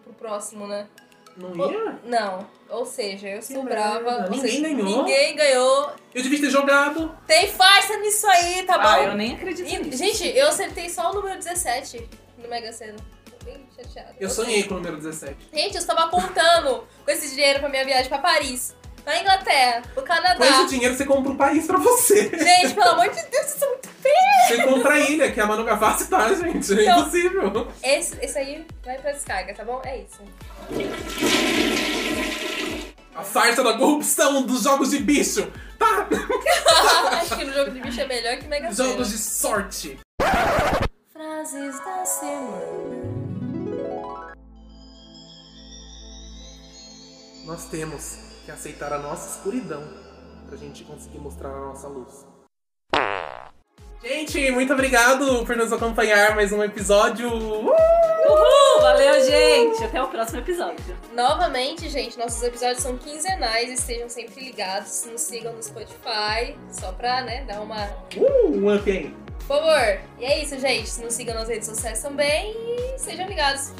pro próximo, né? Não Pô, ia? Não. Ou seja, eu sou Que brava. merda. ou Ninguém seja, ganhou? Ninguém ganhou. Eu devia ter jogado. Tem farsa nisso aí, tá bom? ah, eu nem acredito E, nisso. gente, eu acertei só o número 17 no Mega Sena. Tô bem chateada. Eu sonhei com o número 17. Gente, eu estava apontando com esse dinheiro pra minha viagem pra Paris, pra Inglaterra, pro Canadá. Com esse dinheiro você compra um país pra você. Gente, pelo amor de Deus, isso é muito... Você compra a ilha, que a Manu Gavassi tá, gente. É Então- impossível. esse, esse aí vai pra descarga, tá bom? É isso. A farsa da corrupção dos jogos de bicho. Tá? Acho que no jogo de bicho é melhor que Mega Sena. Jogos de sorte. Frases da semana. Nós temos que aceitar a nossa escuridão pra gente conseguir mostrar a nossa luz. Gente, muito obrigado por nos acompanhar mais um episódio. Uh! Uhul! Valeu, gente! Até o próximo episódio. Novamente, gente, nossos episódios são quinzenais, estejam sempre ligados, nos sigam no Spotify, só pra, né, dar uma... Uh, um up aí. Por favor! E é isso, gente, nos sigam nas redes sociais também e sejam ligados.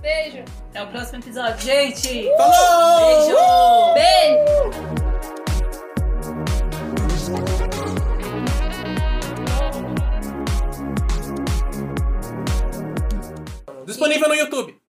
Beijo! Até o próximo episódio, gente! Falou! Beijo! Beijo! Disponível no YouTube.